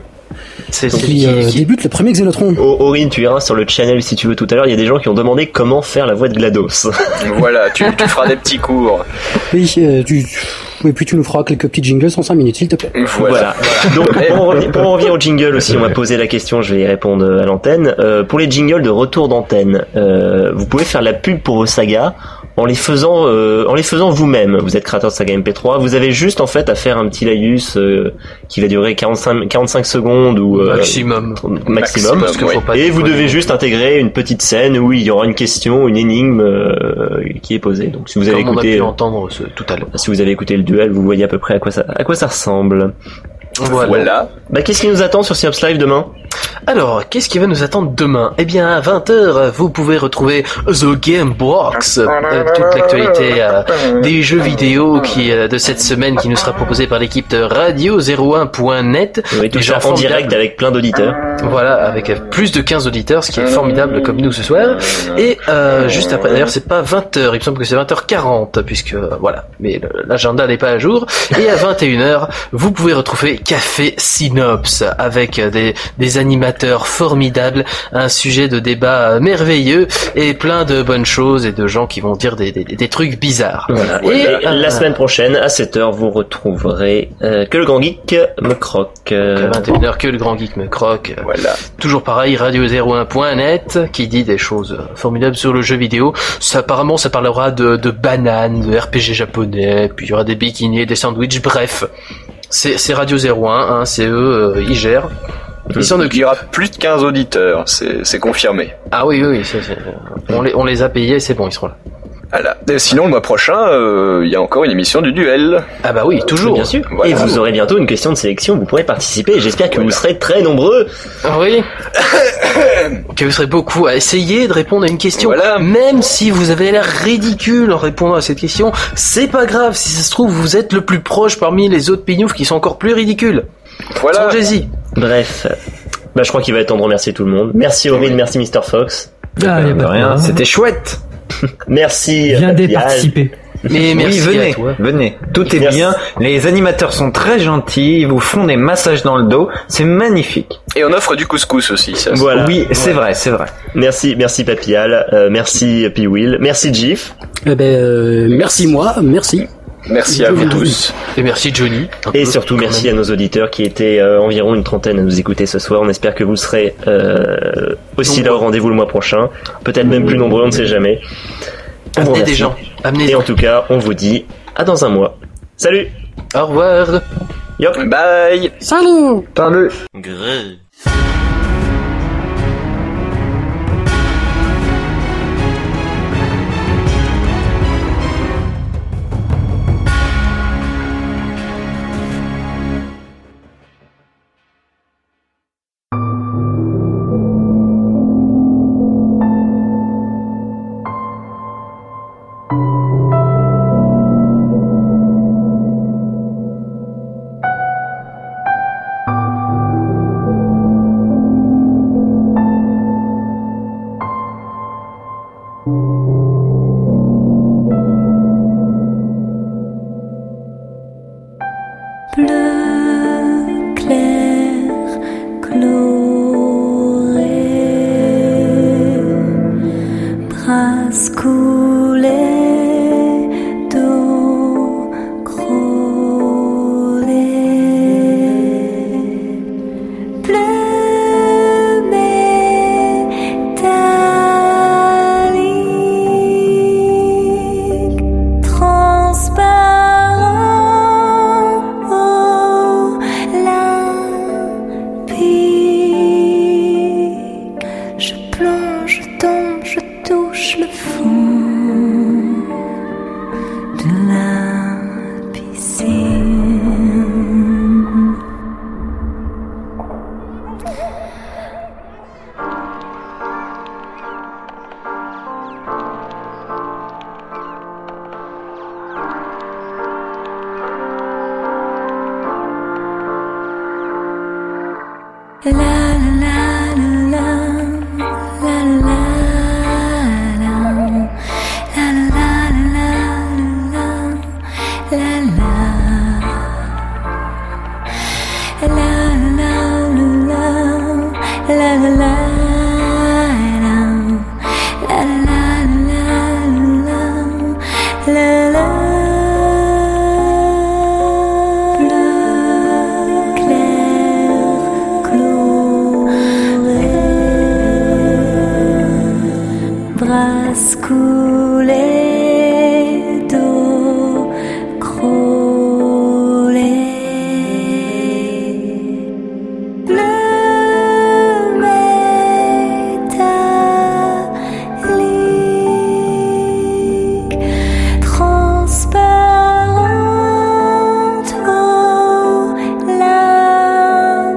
Speaker 2: C'est
Speaker 11: qui euh, débute le premier Xenotron.
Speaker 3: O- Aurine, tu iras sur le channel si tu veux tout à l'heure. Il y a des gens qui ont demandé comment faire la voix de GLaDOS.
Speaker 5: voilà, tu, tu feras des petits cours.
Speaker 11: Oui, euh, tu- et puis tu nous feras quelques petits jingles en 5 minutes, s'il te plaît.
Speaker 3: Voilà. Donc, pour en, revenir, pour en revenir au jingle aussi, on m'a posé la question, je vais y répondre à l'antenne. Euh, pour les jingles de retour d'antenne, euh, vous pouvez faire la pub pour vos sagas en les faisant, euh, en les faisant vous-même. Vous êtes créateur de saga MP3, vous avez juste en fait à faire un petit laïus euh, qui va durer 45, 45 secondes ou euh,
Speaker 2: Maximum.
Speaker 3: maximum.
Speaker 2: Maximum, parce que faut pas
Speaker 3: Et vous
Speaker 2: déconner.
Speaker 3: devez juste intégrer une petite scène où il y aura une question, une énigme euh, qui est posée. Donc, si vous avez
Speaker 2: Comme on a
Speaker 3: écouté, euh,
Speaker 2: pu entendre ce- tout à l'heure.
Speaker 3: si vous avez écouté le duel, vous voyez à peu près à quoi ça, à quoi ça ressemble.
Speaker 2: Voilà.
Speaker 3: Bah, qu'est-ce qui nous attend sur Synops Live demain
Speaker 2: Alors, qu'est-ce qui va nous attendre demain Eh bien, à 20h, vous pouvez retrouver The Game Box, euh, toute l'actualité euh, des jeux vidéo qui euh, de cette semaine qui nous sera proposée par l'équipe de radio01.net.
Speaker 3: Oui, tout ça en direct avec plein d'auditeurs.
Speaker 2: Voilà, avec euh, plus de 15 auditeurs, ce qui est formidable comme nous ce soir. Et euh, juste après, d'ailleurs, c'est pas 20h, il me semble que c'est 20h40, puisque euh, voilà, mais le- l'agenda n'est pas à jour. Et à 21h, vous pouvez retrouver Café Synops avec euh, des, des animateurs formidables, un sujet de débat euh, merveilleux et plein de bonnes choses et de gens qui vont dire des, des, des trucs bizarres.
Speaker 3: Voilà.
Speaker 2: Et,
Speaker 3: Et
Speaker 2: euh,
Speaker 3: la semaine prochaine, à 7h, vous retrouverez euh, que le grand geek me croque. euh,
Speaker 2: À 21h que le grand geek me croque.
Speaker 5: Voilà.
Speaker 2: Toujours pareil, radio01.net qui dit des choses euh, formidables sur le jeu vidéo. Ça, apparemment, ça parlera de, de bananes, de RPG japonais, puis il y aura des bikinis, des sandwichs, bref. C'est c'est Radio 01, hein, c'est eux, euh, ils gèrent. Ils s'en
Speaker 5: Il y aura plus de 15 auditeurs, c'est c'est confirmé.
Speaker 2: Ah oui, oui, oui, ça, c'est- on, les, on les a payés, c'est bon, ils seront là.
Speaker 5: Voilà. Et sinon, le mois prochain, euh, il y a encore une émission du duel.
Speaker 2: Ah bah oui, toujours.
Speaker 3: Bien sûr. Et vous aurez bientôt une question de sélection, vous pourrez participer. J'espère que vous serez très nombreux.
Speaker 2: Ah Oui. que vous serez beaucoup à essayer de répondre à une question. Même si vous avez l'air ridicule en répondant à cette question, c'est pas grave. Si ça se trouve, vous êtes le plus proche parmi les autres pignoufs qui sont encore plus ridicules.
Speaker 5: Voilà.
Speaker 2: Songez-y.
Speaker 3: Bref, bah, je crois qu'il va être temps de remercier tout le monde.
Speaker 5: Eh
Speaker 3: Merci Aurine, merci Mr. Fox.
Speaker 7: Ah, y a pas de
Speaker 6: rien,
Speaker 7: problème.
Speaker 6: c'était chouette.
Speaker 3: Merci. euh,
Speaker 7: Bien des
Speaker 3: Yann.
Speaker 7: participer.
Speaker 2: Mais merci
Speaker 6: oui, venez,
Speaker 2: à toi.
Speaker 6: venez. Tout est bien. Les animateurs sont très gentils. Ils vous font des massages dans le dos. C'est magnifique.
Speaker 5: Et on offre du couscous aussi, ça.
Speaker 3: Voilà.
Speaker 6: Oui, c'est vrai, c'est vrai.
Speaker 3: Merci, merci Papial, euh, merci Piwil, merci Gif.
Speaker 11: Eh ben, euh, merci moi, merci.
Speaker 5: Merci à vous tous.
Speaker 2: Et merci Johnny.
Speaker 3: Et surtout merci à nos auditeurs qui étaient euh, environ une trentaine à nous écouter ce soir. On espère que vous serez euh, aussi là au rendez-vous le mois prochain. Peut-être même plus nombreux, on ne sait jamais. On vous
Speaker 2: Amenez des
Speaker 3: remercie.
Speaker 2: gens. Amenez
Speaker 3: Et en tout cas, on vous dit à dans un mois. Salut
Speaker 2: Au revoir
Speaker 3: Yop
Speaker 5: Bye
Speaker 11: Salut
Speaker 6: Salut
Speaker 9: Grrr.
Speaker 14: bleu clair coloré, brasse coulée d'eau crôlée, bleu métallique, transparent oh, olympique. Je plonge, je tombe, je touche le fond de la piscine. La la la la la la la la la la la la la Brasse coulée d'eau crôlée, bleu métallique, transparente limpide.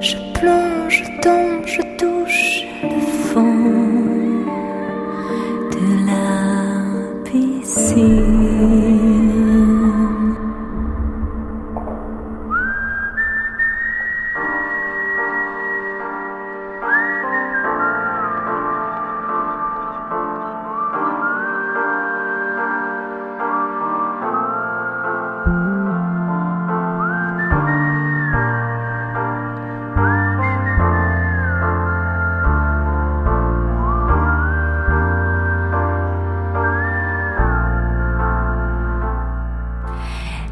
Speaker 14: Je plonge, je tombe, je touche le fond de la piscine.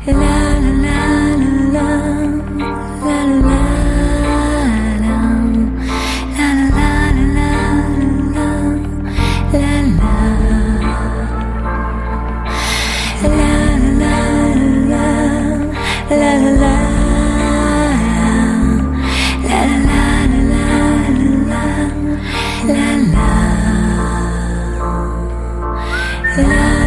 Speaker 14: La la la la la la la la la la la la la la la La la